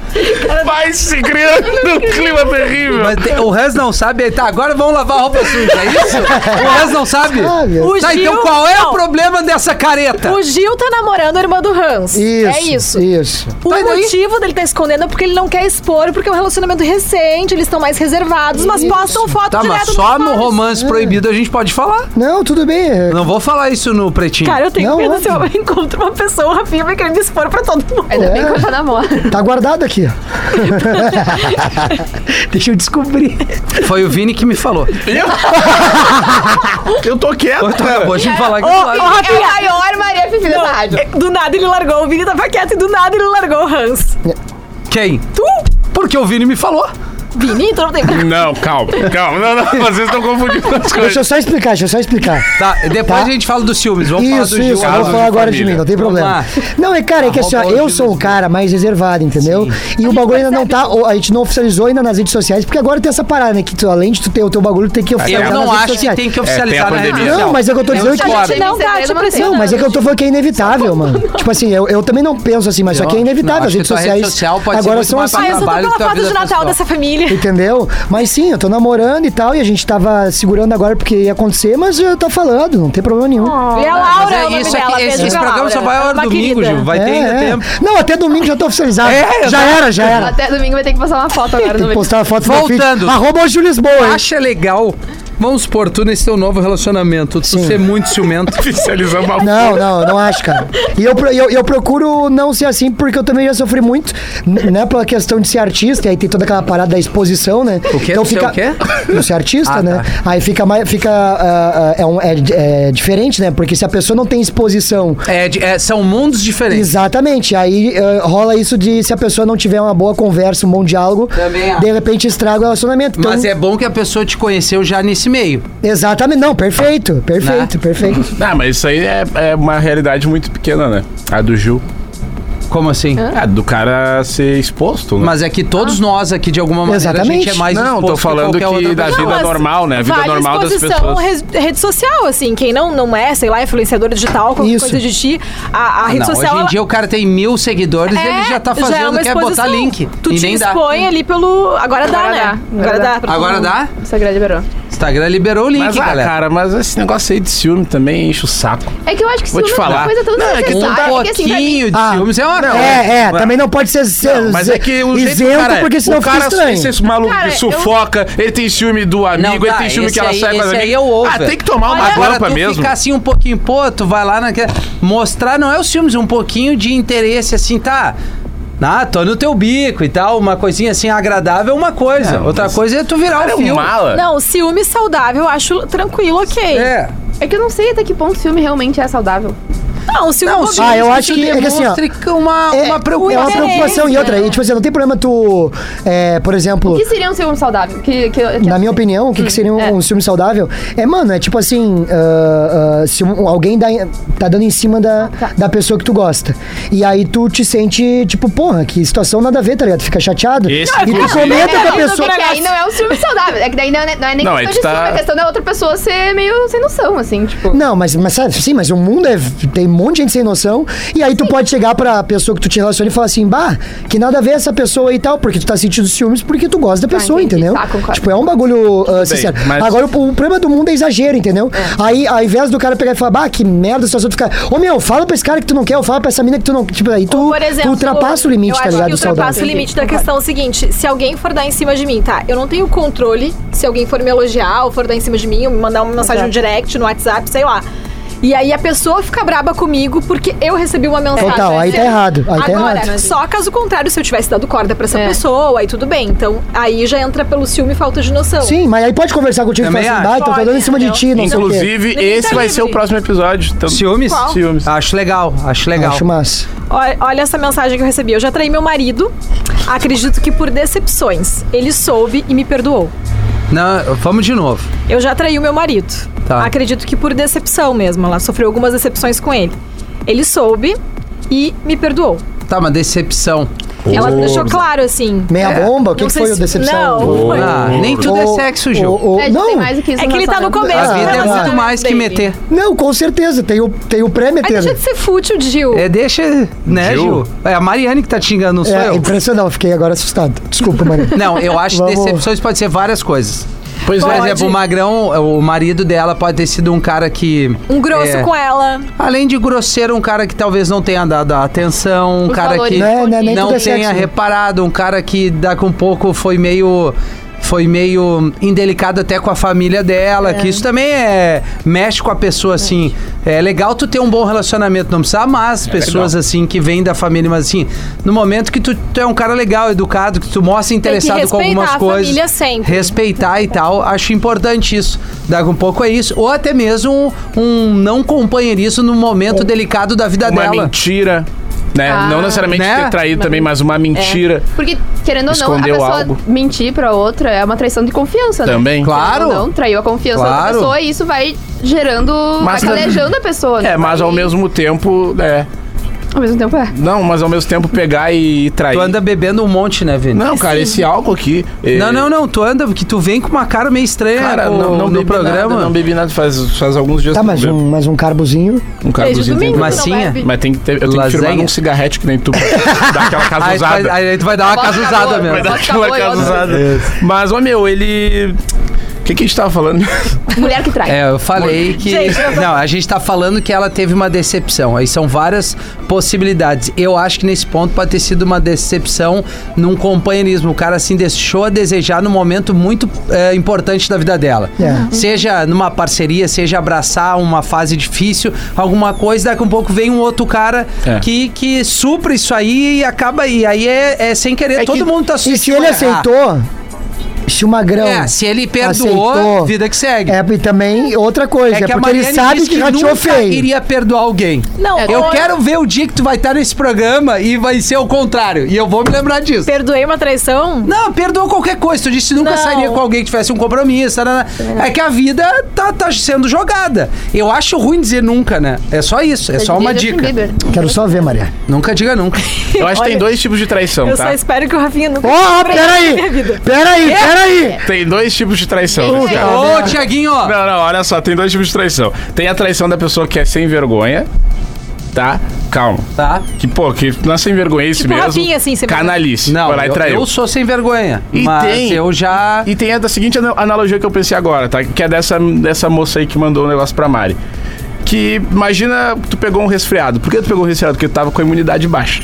[SPEAKER 4] Vai se criando um clima terrível.
[SPEAKER 2] Mas te- o Hans não sabe. aí Tá, agora vamos lavar a roupa suja, é isso? O Hans não sabe?
[SPEAKER 5] Sabe.
[SPEAKER 3] O
[SPEAKER 2] Tá, então
[SPEAKER 3] Gil-
[SPEAKER 2] qual é o
[SPEAKER 3] não.
[SPEAKER 2] problema dessa careta?
[SPEAKER 3] O Gil tá namorando a irmã do Hans.
[SPEAKER 5] Isso.
[SPEAKER 3] É isso.
[SPEAKER 5] Isso.
[SPEAKER 3] O
[SPEAKER 2] Tá, e daí?
[SPEAKER 3] motivo dele tá escondendo é porque ele não quer expor, porque é um relacionamento recente, eles estão mais reservados, mas postam foto
[SPEAKER 2] Tá,
[SPEAKER 3] direto
[SPEAKER 2] mas só
[SPEAKER 3] stories.
[SPEAKER 2] no romance proibido a gente pode falar.
[SPEAKER 5] Não, tudo bem. é-
[SPEAKER 2] Não vou falar isso no pretinho.
[SPEAKER 3] Cara, eu tenho
[SPEAKER 5] Não,
[SPEAKER 3] medo se eu
[SPEAKER 5] óbvio.
[SPEAKER 3] encontro uma pessoa, o Rafinha vai querer me expor pra todo mundo.
[SPEAKER 6] Ainda bem que eu já namoro.
[SPEAKER 5] Tá guardado aqui. (laughs) Deixa eu descobrir.
[SPEAKER 2] Foi o Vini que me falou.
[SPEAKER 4] (laughs) Eu tô quieto,
[SPEAKER 2] Eu tô-
[SPEAKER 4] cara.
[SPEAKER 2] Acabou de me falar que
[SPEAKER 3] Ô,
[SPEAKER 2] eu
[SPEAKER 3] ô,
[SPEAKER 2] falei.
[SPEAKER 6] É a
[SPEAKER 3] Rafinha! é,
[SPEAKER 6] maior Maria Fifi dessa rádio.
[SPEAKER 3] Do nada ele largou, o Vini tava quieto e do nada ele largou o Hans.
[SPEAKER 2] Quem? Tu? Porque o Vini me falou.
[SPEAKER 3] Vini, tu não tem
[SPEAKER 4] Não, calma, calma. Não, não, vocês estão confundindo as
[SPEAKER 5] Deixa eu
[SPEAKER 4] coisas.
[SPEAKER 5] só explicar, deixa eu só explicar.
[SPEAKER 2] Tá, depois
[SPEAKER 5] Tá.
[SPEAKER 2] a gente fala dos ciúmes. (laughs) Vamos falar do
[SPEAKER 5] Isso,
[SPEAKER 2] Gil
[SPEAKER 5] isso, eu
[SPEAKER 4] Caso
[SPEAKER 5] vou
[SPEAKER 2] agora.
[SPEAKER 5] falar
[SPEAKER 4] de
[SPEAKER 5] agora de
[SPEAKER 4] família.
[SPEAKER 5] mim, não tem
[SPEAKER 2] Vamos
[SPEAKER 5] problema.
[SPEAKER 2] lá.
[SPEAKER 5] Não, é cara, é que assim, ó,
[SPEAKER 2] Arroba
[SPEAKER 5] eu
[SPEAKER 2] hoje
[SPEAKER 5] sou um
[SPEAKER 2] mesmo.
[SPEAKER 5] cara mais reservado, entendeu? E o bagulho ainda não tá, a gente não oficializou ainda nas redes sociais, porque agora tem essa parada, né, que tu, além de tu ter o teu bagulho, tu tem que
[SPEAKER 2] Eu
[SPEAKER 5] oficializar nas
[SPEAKER 2] não
[SPEAKER 5] redes
[SPEAKER 2] acho que
[SPEAKER 5] sociais.
[SPEAKER 2] tem que
[SPEAKER 4] É, tem a
[SPEAKER 2] oficializar na
[SPEAKER 4] pandemia.
[SPEAKER 2] rede
[SPEAKER 5] Não,
[SPEAKER 2] social.
[SPEAKER 5] mas é o que eu tô dizendo que-
[SPEAKER 2] discordo.
[SPEAKER 3] gente não tá
[SPEAKER 6] Segredo
[SPEAKER 3] te
[SPEAKER 6] não tem.
[SPEAKER 5] Não,
[SPEAKER 3] pressionando.
[SPEAKER 5] mas é que eu tô falando que é inevitável, mano. Tipo assim, eu, eu também não penso assim, mas só que é inevitável.
[SPEAKER 2] um Não,
[SPEAKER 5] as
[SPEAKER 2] acho
[SPEAKER 5] redes
[SPEAKER 2] que tua rede
[SPEAKER 5] sociais
[SPEAKER 2] social pode ser
[SPEAKER 5] agora
[SPEAKER 2] muito
[SPEAKER 5] são
[SPEAKER 2] mais
[SPEAKER 5] assim.
[SPEAKER 3] Ah, eu sou
[SPEAKER 2] Trabalho
[SPEAKER 3] pela
[SPEAKER 2] da tua
[SPEAKER 3] foto
[SPEAKER 2] vida
[SPEAKER 3] de Natal
[SPEAKER 2] pessoal.
[SPEAKER 3] dessa família.
[SPEAKER 5] Entendeu? Mas sim, eu tô namorando e tal, e a gente tava segurando agora porque ia acontecer, mas já tá falando, não tem problema nenhum.
[SPEAKER 3] E a Laura
[SPEAKER 2] Mas
[SPEAKER 3] é o
[SPEAKER 2] é
[SPEAKER 3] nome
[SPEAKER 2] isso
[SPEAKER 3] dela.
[SPEAKER 2] aqui, esse,
[SPEAKER 3] beijo
[SPEAKER 2] esse
[SPEAKER 3] pra
[SPEAKER 2] programa
[SPEAKER 3] Laura.
[SPEAKER 2] só vai a hora
[SPEAKER 3] Uma
[SPEAKER 2] do domingo,
[SPEAKER 3] querida.
[SPEAKER 2] Gil. Vai ter
[SPEAKER 5] É,
[SPEAKER 2] ainda
[SPEAKER 5] é.
[SPEAKER 2] tempo.
[SPEAKER 5] Não, até domingo já tô
[SPEAKER 2] (laughs)
[SPEAKER 5] oficializado.
[SPEAKER 2] É,
[SPEAKER 5] já era, já era.
[SPEAKER 6] Até domingo vai ter que postar uma foto agora
[SPEAKER 5] Tem
[SPEAKER 6] no
[SPEAKER 5] que
[SPEAKER 6] vídeo.
[SPEAKER 5] postar uma foto no
[SPEAKER 2] Voltando.
[SPEAKER 5] feed. Arroba o Júlio Lisboa, hein?
[SPEAKER 2] Acha legal, vamos supor, tu nesse teu novo relacionamento, tu
[SPEAKER 5] Sim.
[SPEAKER 2] ser muito ciumento.
[SPEAKER 4] Oficializamos a
[SPEAKER 2] é?
[SPEAKER 5] Não, não, não acho, cara. E eu, pro- eu, eu procuro não ser assim, porque eu também já sofri muito, n- né? Pela questão de ser artista, e aí tem toda aquela parada da exposição, né?
[SPEAKER 2] O quê? Tu ser o
[SPEAKER 5] (laughs)
[SPEAKER 2] quê?
[SPEAKER 5] Não ser artista,
[SPEAKER 2] Ah,
[SPEAKER 5] né? Aí fica mais. Fica, ah, ah, é, um- é- é diferente, né? Porque se a pessoa não tem exposição.
[SPEAKER 2] É, de- é, são mundos diferentes.
[SPEAKER 5] Exatamente, aí ah, rola isso de se a pessoa não tiver uma boa conversa, um bom diálogo,
[SPEAKER 2] Também acho.
[SPEAKER 5] de repente estraga o relacionamento. Então,
[SPEAKER 2] Mas é bom que a pessoa te conheceu já nesse meio.
[SPEAKER 5] Exatamente, não, perfeito, perfeito,
[SPEAKER 2] Né?
[SPEAKER 4] (laughs)
[SPEAKER 5] perfeito.
[SPEAKER 4] Ah, mas isso aí é, é uma realidade muito pequena, né? A do Gil.
[SPEAKER 2] Como assim?
[SPEAKER 4] É, do cara ser exposto, né?
[SPEAKER 2] Mas é que
[SPEAKER 3] Ah.
[SPEAKER 2] todos nós aqui, de alguma maneira, a gente
[SPEAKER 5] Exatamente.
[SPEAKER 2] é mais
[SPEAKER 4] Não,
[SPEAKER 2] exposto
[SPEAKER 4] tô falando
[SPEAKER 2] qualquer
[SPEAKER 4] que
[SPEAKER 2] outra
[SPEAKER 4] da
[SPEAKER 2] pessoa.
[SPEAKER 4] vida
[SPEAKER 3] mas
[SPEAKER 4] normal, né? A vida
[SPEAKER 3] vale
[SPEAKER 4] normal das
[SPEAKER 3] exposição,
[SPEAKER 2] é
[SPEAKER 4] pessoas.
[SPEAKER 3] res- rede social, assim. Quem não, não é, sei lá, influenciador digital, qualquer
[SPEAKER 5] Isso.
[SPEAKER 3] coisa de ti, a, a rede
[SPEAKER 2] Ah, não,
[SPEAKER 3] social...
[SPEAKER 2] hoje em
[SPEAKER 3] ela-
[SPEAKER 2] dia o cara tem mil seguidores e
[SPEAKER 3] é,
[SPEAKER 2] ele já tá
[SPEAKER 3] é
[SPEAKER 2] fazendo,
[SPEAKER 3] uma
[SPEAKER 2] quer botar
[SPEAKER 3] exposição.
[SPEAKER 2] link.
[SPEAKER 3] Tu
[SPEAKER 2] e
[SPEAKER 3] te
[SPEAKER 2] nem dá.
[SPEAKER 3] expõe ali pelo... Agora, dá,
[SPEAKER 6] Agora
[SPEAKER 3] né?
[SPEAKER 6] dá,
[SPEAKER 3] Agora dá.
[SPEAKER 6] agora dá.
[SPEAKER 3] pra todo
[SPEAKER 2] Agora
[SPEAKER 3] mundo.
[SPEAKER 2] dá?
[SPEAKER 6] Instagram liberou.
[SPEAKER 2] Instagram liberou o link,
[SPEAKER 4] Mas, ah,
[SPEAKER 2] galera.
[SPEAKER 4] cara, mas esse negócio aí de ciúme também enche o saco.
[SPEAKER 6] É que eu acho que
[SPEAKER 4] Vou te
[SPEAKER 6] ciúme é
[SPEAKER 4] falar.
[SPEAKER 6] uma coisa tão
[SPEAKER 4] Não, é que
[SPEAKER 6] desnecessária.
[SPEAKER 4] tu
[SPEAKER 2] um
[SPEAKER 4] tá-
[SPEAKER 6] que, assim, pra mim-
[SPEAKER 2] pouquinho de
[SPEAKER 5] Ah,
[SPEAKER 2] ciúmes é uma...
[SPEAKER 5] é, é,
[SPEAKER 4] né? não.
[SPEAKER 5] também não pode ser, ser
[SPEAKER 4] Não, mas é que o jeito
[SPEAKER 5] isento,
[SPEAKER 4] do cara é,
[SPEAKER 5] porque senão
[SPEAKER 4] o
[SPEAKER 5] fica
[SPEAKER 4] cara,
[SPEAKER 5] estranho.
[SPEAKER 4] Esse maluco
[SPEAKER 6] Cara,
[SPEAKER 4] que
[SPEAKER 6] eu-
[SPEAKER 4] sufoca, ele tem ciúme do amigo,
[SPEAKER 2] tá,
[SPEAKER 4] ele tem ciúme
[SPEAKER 2] esse
[SPEAKER 4] que ela
[SPEAKER 2] aí-
[SPEAKER 4] sai com as
[SPEAKER 2] esse aí é
[SPEAKER 4] amigas.
[SPEAKER 2] eu ouvo,
[SPEAKER 4] ah,
[SPEAKER 2] velho.
[SPEAKER 4] tem que tomar uma
[SPEAKER 2] Agora
[SPEAKER 4] guampa
[SPEAKER 2] tu
[SPEAKER 4] mesmo.
[SPEAKER 2] ficar assim um pouquinho, pô, tu vai lá naquela... Mostrar não é os ciúmes, um pouquinho de interesse, assim, tá... Ah, tô no teu bico e tal, uma coisinha assim agradável é uma coisa.
[SPEAKER 4] Não,
[SPEAKER 2] Outra
[SPEAKER 4] mas-
[SPEAKER 2] coisa é tu virar
[SPEAKER 4] Cara,
[SPEAKER 2] o
[SPEAKER 4] é um
[SPEAKER 2] fio.
[SPEAKER 4] mala.
[SPEAKER 3] Não, ciúme saudável, eu acho tranquilo, ok.
[SPEAKER 2] É.
[SPEAKER 6] É que eu não sei até que ponto o filme realmente é saudável.
[SPEAKER 3] Não, ciúme...
[SPEAKER 2] Não,
[SPEAKER 3] bobeira.
[SPEAKER 2] ciúmes
[SPEAKER 5] Ah, eu acho
[SPEAKER 2] tu
[SPEAKER 5] que- é que assim, ó,
[SPEAKER 2] demonstre que uma, uma
[SPEAKER 5] É
[SPEAKER 2] preocupação.
[SPEAKER 5] uma preocupação e outra. E, tipo assim, não tem problema tu, é, por exemplo...
[SPEAKER 6] O que seria assim? um ciúme saudável? Que, que, que-
[SPEAKER 5] Na minha opinião, o que, que seria um, um ciúme saudável? É, mano, é tipo assim: ah, ah, se um- alguém dá em- tá dando em cima
[SPEAKER 6] Ah,
[SPEAKER 5] da, da pessoa que tu gosta. E aí tu te sente, tipo, porra, que situação nada a ver, tá ligado? Tu Fica chateado.
[SPEAKER 4] Esse
[SPEAKER 5] e tu
[SPEAKER 4] inclusive-
[SPEAKER 5] comenta
[SPEAKER 6] É,
[SPEAKER 5] com a
[SPEAKER 6] não,
[SPEAKER 5] pessoa.
[SPEAKER 6] É que aí não é um ciúme saudável. É que daí não é, não é nem
[SPEAKER 4] Não, aí
[SPEAKER 6] questão
[SPEAKER 4] tu
[SPEAKER 6] de
[SPEAKER 4] tá-
[SPEAKER 6] ciúme, é questão da outra pessoa ser meio sem noção, assim, tipo.
[SPEAKER 5] Não, mas, mas sabe, sim, mas o mundo é. Tem um monte de gente sem noção. E aí tu pode chegar pra pessoa que tu te relaciona e falar assim, bah, que nada a ver essa pessoa aí e tal, porque tu tá sentindo ciúmes porque tu gosta da pessoa,
[SPEAKER 6] entendi.
[SPEAKER 5] entendeu?
[SPEAKER 6] Tá, concordo.
[SPEAKER 5] tipo, é um bagulho ah, sincero.
[SPEAKER 4] mas-
[SPEAKER 5] Agora o, o problema do mundo é exagero, entendeu? Aí ao invés do cara pegar e falar, bah, que merda, só tu ficar. Ô meu, fala pra esse cara que tu não quer, ou fala pra essa mina que tu não. Tipo, aí tu,
[SPEAKER 3] Por exemplo,
[SPEAKER 5] tu ultrapassa o
[SPEAKER 3] eu
[SPEAKER 5] limite, tá
[SPEAKER 3] acho
[SPEAKER 5] ligado?
[SPEAKER 3] Que
[SPEAKER 5] do
[SPEAKER 3] ultrapassa o
[SPEAKER 5] saudável.
[SPEAKER 3] limite da questão é o seguinte: se alguém for dar em cima de mim, tá? Eu não tenho controle se alguém for me elogiar ou for dar em cima de mim, ou me mandar uma mensagem no direct, no WhatsApp, sei lá. E aí a pessoa fica braba comigo porque eu recebi uma mensagem.
[SPEAKER 5] Total, aí tá
[SPEAKER 3] dizendo-
[SPEAKER 5] errado, aí tá
[SPEAKER 3] Agora,
[SPEAKER 5] errado.
[SPEAKER 3] só caso contrário, se eu tivesse dado corda pra essa
[SPEAKER 6] É.
[SPEAKER 3] pessoa, aí tudo bem. Então, aí já entra pelo ciúme e falta de noção.
[SPEAKER 5] Sim, mas aí pode conversar contigo e
[SPEAKER 2] Também
[SPEAKER 5] falar assim, bah,
[SPEAKER 2] acho.
[SPEAKER 5] então tá dando em cima de
[SPEAKER 3] Pode,
[SPEAKER 5] ti, não sei o quê.
[SPEAKER 4] Inclusive,
[SPEAKER 3] Ninguém
[SPEAKER 4] esse
[SPEAKER 3] tá
[SPEAKER 4] vai
[SPEAKER 3] livre.
[SPEAKER 4] ser o próximo episódio. Então,
[SPEAKER 2] Ciúmes?
[SPEAKER 3] Qual?
[SPEAKER 4] Ciúmes.
[SPEAKER 2] Acho legal, acho legal.
[SPEAKER 5] Acho massa.
[SPEAKER 3] Olha, olha essa mensagem que eu recebi. Eu já traí meu marido, acredito que por decepções. Ele soube e me perdoou.
[SPEAKER 2] Não, vamos de novo.
[SPEAKER 3] Eu já traí o meu marido.
[SPEAKER 2] Tá.
[SPEAKER 3] Acredito que por decepção mesmo. Ela sofreu algumas decepções com ele. Ele soube e me perdoou.
[SPEAKER 2] Tá, uma decepção.
[SPEAKER 3] Ela deixou claro assim.
[SPEAKER 5] Meia bomba? O que,
[SPEAKER 3] não
[SPEAKER 5] que
[SPEAKER 3] sei
[SPEAKER 5] foi o
[SPEAKER 3] se-
[SPEAKER 5] decepção?
[SPEAKER 3] não, Boa.
[SPEAKER 2] Ah, nem tudo é
[SPEAKER 5] Ô,
[SPEAKER 2] sexo,
[SPEAKER 5] ô,
[SPEAKER 2] Gil.
[SPEAKER 5] ô,
[SPEAKER 6] É,
[SPEAKER 5] não,
[SPEAKER 6] tem mais do que isso
[SPEAKER 3] É
[SPEAKER 6] no
[SPEAKER 3] que ele tá no
[SPEAKER 6] relacionamento.
[SPEAKER 3] começo.
[SPEAKER 2] A vida é muito
[SPEAKER 3] relacionamento
[SPEAKER 2] mais que
[SPEAKER 3] dele.
[SPEAKER 2] meter.
[SPEAKER 5] não, com certeza. Tem o, tem o pré
[SPEAKER 3] Ai, deixa
[SPEAKER 5] metendo.
[SPEAKER 3] de ser fútil, Gil.
[SPEAKER 2] É, deixa, né, Gil?
[SPEAKER 4] Gil?
[SPEAKER 2] É a Mariane que tá te enganando, não sou
[SPEAKER 5] É
[SPEAKER 2] eu.
[SPEAKER 5] impressionante, fiquei agora assustado. Desculpa, Maria.
[SPEAKER 2] Não, eu acho que
[SPEAKER 5] (laughs) Vamos.
[SPEAKER 2] decepções pode ser várias coisas.
[SPEAKER 4] Pois
[SPEAKER 2] Por
[SPEAKER 4] é.
[SPEAKER 2] exemplo, o Magrão, o marido dela pode ter sido um cara que...
[SPEAKER 3] Um grosso
[SPEAKER 2] é,
[SPEAKER 3] com ela.
[SPEAKER 2] Além de grosseiro, um cara que talvez não tenha dado a atenção, um
[SPEAKER 6] Os
[SPEAKER 2] cara que
[SPEAKER 6] valores.
[SPEAKER 5] Não é, não é nem
[SPEAKER 2] não
[SPEAKER 5] tudo é
[SPEAKER 2] tenha
[SPEAKER 5] sexo. né?
[SPEAKER 2] reparado, um cara que daqui um pouco foi meio foi meio indelicado até com a família dela, que isso também é mexe com a pessoa assim. É legal tu ter um bom relacionamento, não precisa amar as pessoas
[SPEAKER 4] É legal.
[SPEAKER 2] assim que vêm da família, mas assim, no momento que tu, tu é um cara legal, educado, que tu mostra interessado com
[SPEAKER 3] respeitar
[SPEAKER 2] algumas
[SPEAKER 3] a
[SPEAKER 2] coisas.
[SPEAKER 3] família sempre.
[SPEAKER 2] Respeitar e tal, acho importante isso. Daqui um pouco é isso, ou até mesmo um, um não companheirismo no momento delicado da vida
[SPEAKER 4] Uma
[SPEAKER 2] dela.
[SPEAKER 4] mentira. Né?
[SPEAKER 6] Ah.
[SPEAKER 4] não necessariamente
[SPEAKER 2] Né?
[SPEAKER 4] ter traído também, mas uma mentira.
[SPEAKER 6] Porque, querendo ou não, a
[SPEAKER 4] Escondeu
[SPEAKER 6] pessoa
[SPEAKER 4] algo.
[SPEAKER 6] mentir pra outra é uma traição de confiança, né?
[SPEAKER 4] Também.
[SPEAKER 6] Querendo
[SPEAKER 2] Claro.
[SPEAKER 6] ou Não, traiu a confiança da
[SPEAKER 2] Claro.
[SPEAKER 6] pessoa e isso vai gerando.
[SPEAKER 4] Mas
[SPEAKER 6] vai
[SPEAKER 4] tam-
[SPEAKER 6] calejando a pessoa, né?
[SPEAKER 4] É, mas ao
[SPEAKER 6] Vai-
[SPEAKER 4] mesmo tempo. É.
[SPEAKER 6] Ao mesmo tempo é.
[SPEAKER 4] Não, mas ao mesmo tempo pegar e trair.
[SPEAKER 2] Tu anda bebendo um monte, né, Vini?
[SPEAKER 4] Não, cara, esse álcool aqui. eh,
[SPEAKER 2] Não, não, não, tu anda, porque tu vem com uma cara meio estranha
[SPEAKER 4] Cara,
[SPEAKER 2] no,
[SPEAKER 4] não, não
[SPEAKER 2] no
[SPEAKER 4] bebi
[SPEAKER 2] programa.
[SPEAKER 4] nada, não bebi nada faz, faz alguns dias
[SPEAKER 5] Tá,
[SPEAKER 4] que eu
[SPEAKER 5] mas
[SPEAKER 4] não
[SPEAKER 5] um, mas um carbozinho.
[SPEAKER 4] bebo. um carbozinho tem que
[SPEAKER 3] domingo,
[SPEAKER 4] beber.
[SPEAKER 2] Mas sim, é.
[SPEAKER 4] Mas tem que ter, eu tenho que
[SPEAKER 2] Lasanha.
[SPEAKER 4] firmar num cigarrete que nem tu, pra dar aquela
[SPEAKER 2] (laughs)
[SPEAKER 4] casa
[SPEAKER 2] Aí, tu vai,
[SPEAKER 4] usada.
[SPEAKER 2] aí tu vai dar uma
[SPEAKER 6] Bota
[SPEAKER 2] casa
[SPEAKER 6] na
[SPEAKER 2] usada
[SPEAKER 6] boa,
[SPEAKER 2] mesmo.
[SPEAKER 4] Vai dar
[SPEAKER 6] Mas
[SPEAKER 4] aquela
[SPEAKER 6] acabou,
[SPEAKER 4] casa
[SPEAKER 6] eu-
[SPEAKER 4] usada. Mas, ó, meu, ele... O que que a gente tava falando?
[SPEAKER 6] Mulher que trai.
[SPEAKER 2] É, eu falei que. Não, a gente tá falando que ela teve uma decepção. Aí são várias possibilidades. Eu acho que nesse ponto pode ter sido uma decepção num companheirismo. O cara assim deixou a desejar num momento muito é, importante da vida dela.
[SPEAKER 5] É.
[SPEAKER 2] Seja numa parceria, seja abraçar uma fase difícil, alguma coisa, daqui a um pouco vem um outro cara
[SPEAKER 4] É.
[SPEAKER 2] que, que supra isso aí e acaba aí. Aí é, é sem querer, todo mundo tá
[SPEAKER 5] E se
[SPEAKER 2] suscetível
[SPEAKER 5] ele
[SPEAKER 2] a errar.
[SPEAKER 5] aceitou,
[SPEAKER 4] Ah.
[SPEAKER 5] se o Magrão.
[SPEAKER 2] É, se ele perdoou,
[SPEAKER 5] aceitou-
[SPEAKER 2] vida que segue.
[SPEAKER 5] É, e também outra coisa, é,
[SPEAKER 2] que a
[SPEAKER 5] porque ele
[SPEAKER 2] Mariane
[SPEAKER 5] sabe
[SPEAKER 2] disse
[SPEAKER 5] que rateou
[SPEAKER 2] nunca
[SPEAKER 5] feio.
[SPEAKER 2] iria perdoar alguém.
[SPEAKER 3] Não,
[SPEAKER 6] É,
[SPEAKER 2] Eu
[SPEAKER 3] ou-
[SPEAKER 2] quero ver o dia que tu vai estar nesse programa e vai ser o contrário. E eu vou me lembrar disso.
[SPEAKER 3] Perdoei uma traição?
[SPEAKER 2] Não, perdoa qualquer coisa. Tu disse que nunca
[SPEAKER 3] Não.
[SPEAKER 2] sairia com alguém que tivesse um compromisso. tarará. É que a vida tá, tá sendo jogada. Eu acho ruim dizer nunca, né? É só isso. É só uma
[SPEAKER 6] Justin
[SPEAKER 2] dica.
[SPEAKER 6] Bieber.
[SPEAKER 5] Quero só ver, Maria.
[SPEAKER 2] Nunca diga (laughs) nunca.
[SPEAKER 4] Eu acho que tem
[SPEAKER 3] Olha,
[SPEAKER 4] dois tipos de
[SPEAKER 2] Então
[SPEAKER 4] traição,
[SPEAKER 3] Eu só
[SPEAKER 4] tá?
[SPEAKER 3] espero que o Rafinha nunca
[SPEAKER 5] Porra,
[SPEAKER 3] tenha traído
[SPEAKER 5] peraí!
[SPEAKER 3] na minha vida.
[SPEAKER 5] Peraí,
[SPEAKER 4] É.
[SPEAKER 5] peraí!
[SPEAKER 4] Tem dois tipos de traição.
[SPEAKER 3] um
[SPEAKER 4] né,
[SPEAKER 5] Puta
[SPEAKER 4] cara?
[SPEAKER 2] Ô, Tiaguinho, ó.
[SPEAKER 4] Não, não, olha só, tem dois tipos de traição. Tem a traição da pessoa que é sem vergonha, tá? Calma.
[SPEAKER 2] Tá?
[SPEAKER 4] Que, pô, que não é sem vergonha isso
[SPEAKER 3] Tipo
[SPEAKER 4] mesmo.
[SPEAKER 3] Rafinha, assim, sem vergonha.
[SPEAKER 4] Canalice.
[SPEAKER 2] Não,
[SPEAKER 4] Foi lá e
[SPEAKER 2] eu,
[SPEAKER 4] traiu.
[SPEAKER 2] eu sou sem vergonha.
[SPEAKER 4] E
[SPEAKER 2] mas
[SPEAKER 4] tem-
[SPEAKER 2] eu já...
[SPEAKER 4] E tem a da seguinte ana- analogia que eu pensei agora, tá? Que é dessa, dessa moça aí que mandou o negócio pra Mari. Que imagina que tu pegou um resfriado. Por que tu pegou um resfriado? Porque tu tava com a imunidade baixa.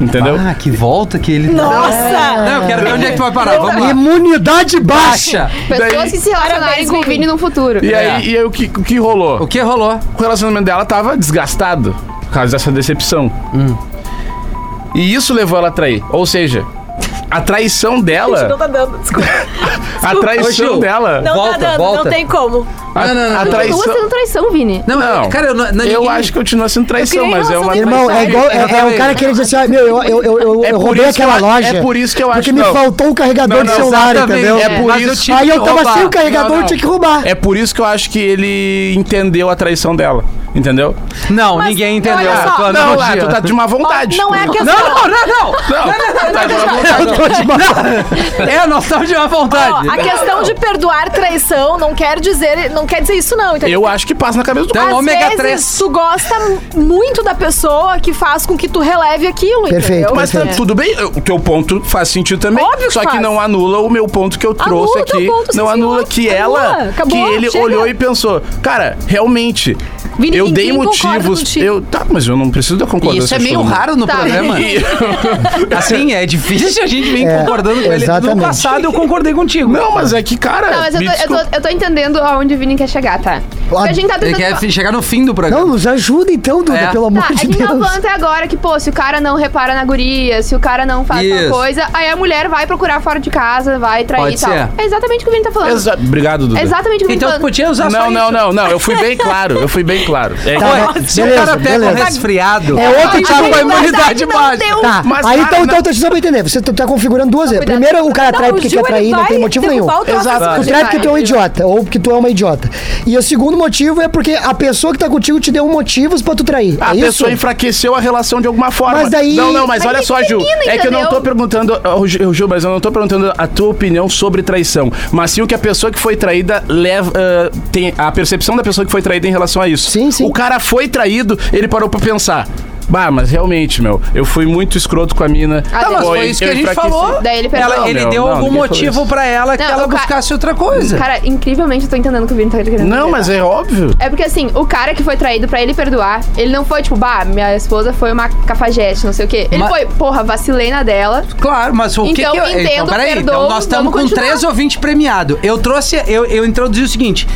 [SPEAKER 4] Entendeu?
[SPEAKER 2] Ah, que volta que ele...
[SPEAKER 3] Nossa!
[SPEAKER 2] Não, eu quero ver onde é que tu vai parar. Vamos lá.
[SPEAKER 5] Imunidade baixa!
[SPEAKER 2] Baixa.
[SPEAKER 6] Pessoas
[SPEAKER 4] (laughs) Daí-
[SPEAKER 6] que se relacionarem
[SPEAKER 3] Parabéns,
[SPEAKER 6] com o
[SPEAKER 3] Vini.
[SPEAKER 6] Vini no futuro.
[SPEAKER 4] E
[SPEAKER 2] É.
[SPEAKER 4] aí, e aí o, que, o que rolou?
[SPEAKER 2] O que rolou?
[SPEAKER 4] O relacionamento dela tava desgastado por causa dessa decepção.
[SPEAKER 5] Hum.
[SPEAKER 4] E isso levou ela a trair. Ou seja, a traição
[SPEAKER 3] Gente, não
[SPEAKER 4] dela.
[SPEAKER 3] tá dando, desculpa.
[SPEAKER 4] A
[SPEAKER 2] Ô, Gil.
[SPEAKER 4] traição dela.
[SPEAKER 3] Não
[SPEAKER 2] Volta,
[SPEAKER 3] tá dando,
[SPEAKER 2] volta.
[SPEAKER 3] não tem como.
[SPEAKER 4] A,
[SPEAKER 2] Não, não, não, não.
[SPEAKER 4] a
[SPEAKER 6] Duas
[SPEAKER 4] traição.
[SPEAKER 6] sendo traição, Vini.
[SPEAKER 2] Não,
[SPEAKER 4] Não,
[SPEAKER 2] cara, eu... Não, não,
[SPEAKER 4] eu
[SPEAKER 2] ninguém-
[SPEAKER 4] acho que continua sendo traição,
[SPEAKER 6] Eu queria
[SPEAKER 4] mas é uma.
[SPEAKER 6] relação
[SPEAKER 5] Irmão, é igual. É, é o cara que ele diz assim: ó, meu, eu, eu, eu, eu,
[SPEAKER 4] É
[SPEAKER 5] eu
[SPEAKER 4] por
[SPEAKER 5] roubei
[SPEAKER 4] isso que eu
[SPEAKER 5] aquela
[SPEAKER 4] a-
[SPEAKER 5] loja.
[SPEAKER 4] é por isso que eu acho-
[SPEAKER 5] Porque me
[SPEAKER 4] não.
[SPEAKER 5] faltou o carregador
[SPEAKER 4] Não,
[SPEAKER 5] de
[SPEAKER 4] não,
[SPEAKER 5] celular,
[SPEAKER 2] Exatamente.
[SPEAKER 5] entendeu?
[SPEAKER 4] É por
[SPEAKER 2] Mas
[SPEAKER 4] isso-
[SPEAKER 2] tive
[SPEAKER 5] Aí
[SPEAKER 2] que
[SPEAKER 5] eu tava
[SPEAKER 2] roubar.
[SPEAKER 5] sem o carregador,
[SPEAKER 2] Não, não.
[SPEAKER 5] eu tinha que roubar.
[SPEAKER 4] É por isso que eu acho que ele entendeu a traição dela, entendeu?
[SPEAKER 2] Não,
[SPEAKER 3] Mas,
[SPEAKER 2] ninguém entendeu.
[SPEAKER 3] olha
[SPEAKER 2] a
[SPEAKER 3] só,
[SPEAKER 2] tua
[SPEAKER 4] não, tá-
[SPEAKER 2] analogia.
[SPEAKER 4] ah, tu tá de má vontade.
[SPEAKER 3] Não é questão.
[SPEAKER 2] É Não, não, não, não.
[SPEAKER 4] Não, tá de má vontade.
[SPEAKER 5] Eu tô de mal.
[SPEAKER 2] É a noção de má vontade.
[SPEAKER 3] Ó, a questão de perdoar traição não quer dizer, não quer dizer isso não, entendeu?
[SPEAKER 4] Eu acho que passa na cabeça do
[SPEAKER 2] Então,
[SPEAKER 4] cara.
[SPEAKER 3] Às
[SPEAKER 2] ômega
[SPEAKER 3] vezes,
[SPEAKER 2] três.
[SPEAKER 3] tu gosta muito da pessoa que faz com que tu releve aquilo,
[SPEAKER 5] Perfeito,
[SPEAKER 3] entendeu?
[SPEAKER 4] Mas tá- tudo bem, o teu ponto faz sentido também.
[SPEAKER 3] é. Óbvio que
[SPEAKER 4] só que
[SPEAKER 3] faz.
[SPEAKER 4] não anula o meu ponto que eu trouxe
[SPEAKER 3] o teu
[SPEAKER 4] aqui.
[SPEAKER 3] ponto, sim,
[SPEAKER 4] não
[SPEAKER 3] senhor.
[SPEAKER 4] anula que
[SPEAKER 3] Anula,
[SPEAKER 4] ela,
[SPEAKER 3] acabou,
[SPEAKER 4] que ele
[SPEAKER 3] chega.
[SPEAKER 4] olhou e pensou, cara, realmente,
[SPEAKER 6] Vini,
[SPEAKER 4] eu
[SPEAKER 6] ninguém
[SPEAKER 4] dei
[SPEAKER 6] concorda
[SPEAKER 4] motivos.
[SPEAKER 6] contigo.
[SPEAKER 4] Eu, tá, mas eu não preciso da concordância.
[SPEAKER 2] Isso é
[SPEAKER 4] de
[SPEAKER 2] meio
[SPEAKER 4] todo mundo.
[SPEAKER 2] raro no
[SPEAKER 6] Tá.
[SPEAKER 4] (laughs)
[SPEAKER 2] programa. assim, é difícil a gente vir
[SPEAKER 5] É,
[SPEAKER 2] concordando com ele. No
[SPEAKER 5] exatamente.
[SPEAKER 2] passado eu concordei contigo.
[SPEAKER 4] Não, mas é que, cara.
[SPEAKER 6] Não, mas eu
[SPEAKER 4] me
[SPEAKER 6] tô, eu,
[SPEAKER 4] desculpa.
[SPEAKER 6] tô, eu tô entendendo aonde o Vini quer chegar, tá? Porque a gente tá
[SPEAKER 2] Ele
[SPEAKER 6] tentando.
[SPEAKER 2] quer fi- chegar no fim do
[SPEAKER 5] Não,
[SPEAKER 2] programa.
[SPEAKER 5] nos ajuda então, Duda,
[SPEAKER 2] É.
[SPEAKER 5] pelo
[SPEAKER 6] Tá,
[SPEAKER 5] amor
[SPEAKER 6] a
[SPEAKER 5] de
[SPEAKER 6] gente tava
[SPEAKER 5] Deus.
[SPEAKER 6] falando até agora que, pô, se o cara não repara na guria, se o cara não faz
[SPEAKER 2] Isso.
[SPEAKER 6] tal coisa, aí a mulher vai procurar fora de casa, vai trair
[SPEAKER 2] Pode
[SPEAKER 6] e tal.
[SPEAKER 2] ser.
[SPEAKER 6] É exatamente o que o Vini tá falando.
[SPEAKER 4] Exa- Obrigado, Duda.
[SPEAKER 6] É exatamente o que o Vini tá
[SPEAKER 2] então tu
[SPEAKER 6] falando.
[SPEAKER 2] podia usar só
[SPEAKER 4] Não, não,
[SPEAKER 2] isso.
[SPEAKER 4] não, não. Eu fui bem claro. Eu fui bem claro. É
[SPEAKER 5] Tá,
[SPEAKER 2] Ué,
[SPEAKER 5] mas
[SPEAKER 2] se o
[SPEAKER 5] beleza,
[SPEAKER 2] cara pega um
[SPEAKER 5] beleza.
[SPEAKER 2] resfriado,
[SPEAKER 5] É outro
[SPEAKER 2] ele
[SPEAKER 5] tipo
[SPEAKER 2] tá com a
[SPEAKER 5] de
[SPEAKER 2] imunidade
[SPEAKER 6] imunidade, não
[SPEAKER 2] baixa.
[SPEAKER 6] deu.
[SPEAKER 5] Tá,
[SPEAKER 4] Mas,
[SPEAKER 5] aí
[SPEAKER 4] cara,
[SPEAKER 5] então,
[SPEAKER 4] não-
[SPEAKER 5] então, tá- só pra entender, você tá configurando duas vezes.
[SPEAKER 6] cuidado.
[SPEAKER 5] Primeiro, o cara
[SPEAKER 3] É. Não,
[SPEAKER 5] trai
[SPEAKER 3] o
[SPEAKER 5] porque
[SPEAKER 3] Gil,
[SPEAKER 5] quer trair,
[SPEAKER 3] ele
[SPEAKER 5] não tem
[SPEAKER 3] vai
[SPEAKER 5] motivo nenhum.
[SPEAKER 3] derrubar o troço.
[SPEAKER 4] Exato.
[SPEAKER 5] Tu
[SPEAKER 6] Ele
[SPEAKER 5] trai porque
[SPEAKER 6] vai,
[SPEAKER 5] tu é um
[SPEAKER 6] ele vai.
[SPEAKER 5] idiota, ou porque tu é uma idiota. E o segundo motivo é porque a pessoa que tá contigo te deu motivos pra tu trair.
[SPEAKER 4] A
[SPEAKER 5] é isso?
[SPEAKER 4] pessoa enfraqueceu a relação de alguma forma.
[SPEAKER 5] Mas daí-
[SPEAKER 4] Não, não, mas,
[SPEAKER 6] Mas
[SPEAKER 4] olha
[SPEAKER 6] tem
[SPEAKER 4] só, Ju.
[SPEAKER 6] termina,
[SPEAKER 4] É que eu não tô
[SPEAKER 6] entendeu?
[SPEAKER 4] perguntando, ó, Ju, Ju, mas eu não tô perguntando a tua opinião sobre traição. Mas sim o que a pessoa que foi traída leva. ah, tem a percepção da pessoa que foi traída em relação a isso.
[SPEAKER 5] Sim, sim.
[SPEAKER 4] O cara foi traído, ele parou pra pensar. Bah, mas realmente, meu, eu fui muito escroto com a mina.
[SPEAKER 2] Tá, mas foi isso que a
[SPEAKER 4] eu
[SPEAKER 2] gente
[SPEAKER 4] enfraqueci.
[SPEAKER 2] falou.
[SPEAKER 6] Daí ele perdeu.
[SPEAKER 2] Ela- é
[SPEAKER 4] Não,
[SPEAKER 2] ele
[SPEAKER 4] meu,
[SPEAKER 2] deu
[SPEAKER 4] não,
[SPEAKER 2] algum
[SPEAKER 4] ninguém falou
[SPEAKER 2] motivo
[SPEAKER 4] isso.
[SPEAKER 2] pra ela que
[SPEAKER 6] Não,
[SPEAKER 2] ela
[SPEAKER 6] o ca-
[SPEAKER 2] buscasse outra coisa.
[SPEAKER 6] Cara, incrivelmente eu tô entendendo o que o Vini tá querendo
[SPEAKER 4] Não,
[SPEAKER 6] dizer,
[SPEAKER 4] mas
[SPEAKER 6] tá?
[SPEAKER 4] é óbvio.
[SPEAKER 6] É porque assim, o cara que foi traído pra ele perdoar, ele não foi tipo, bah, minha esposa foi uma cafajeste, não sei o quê. Ele
[SPEAKER 2] Mas-
[SPEAKER 6] foi, porra, vacilei na dela.
[SPEAKER 2] Claro, mas o que
[SPEAKER 6] Então,
[SPEAKER 2] que eu...
[SPEAKER 6] entendo, perdoo,
[SPEAKER 2] então nós estamos
[SPEAKER 6] vamos
[SPEAKER 2] com
[SPEAKER 6] continuar.
[SPEAKER 2] três ouvintes premiados. Eu trouxe... Eu, eu introduzi o seguinte.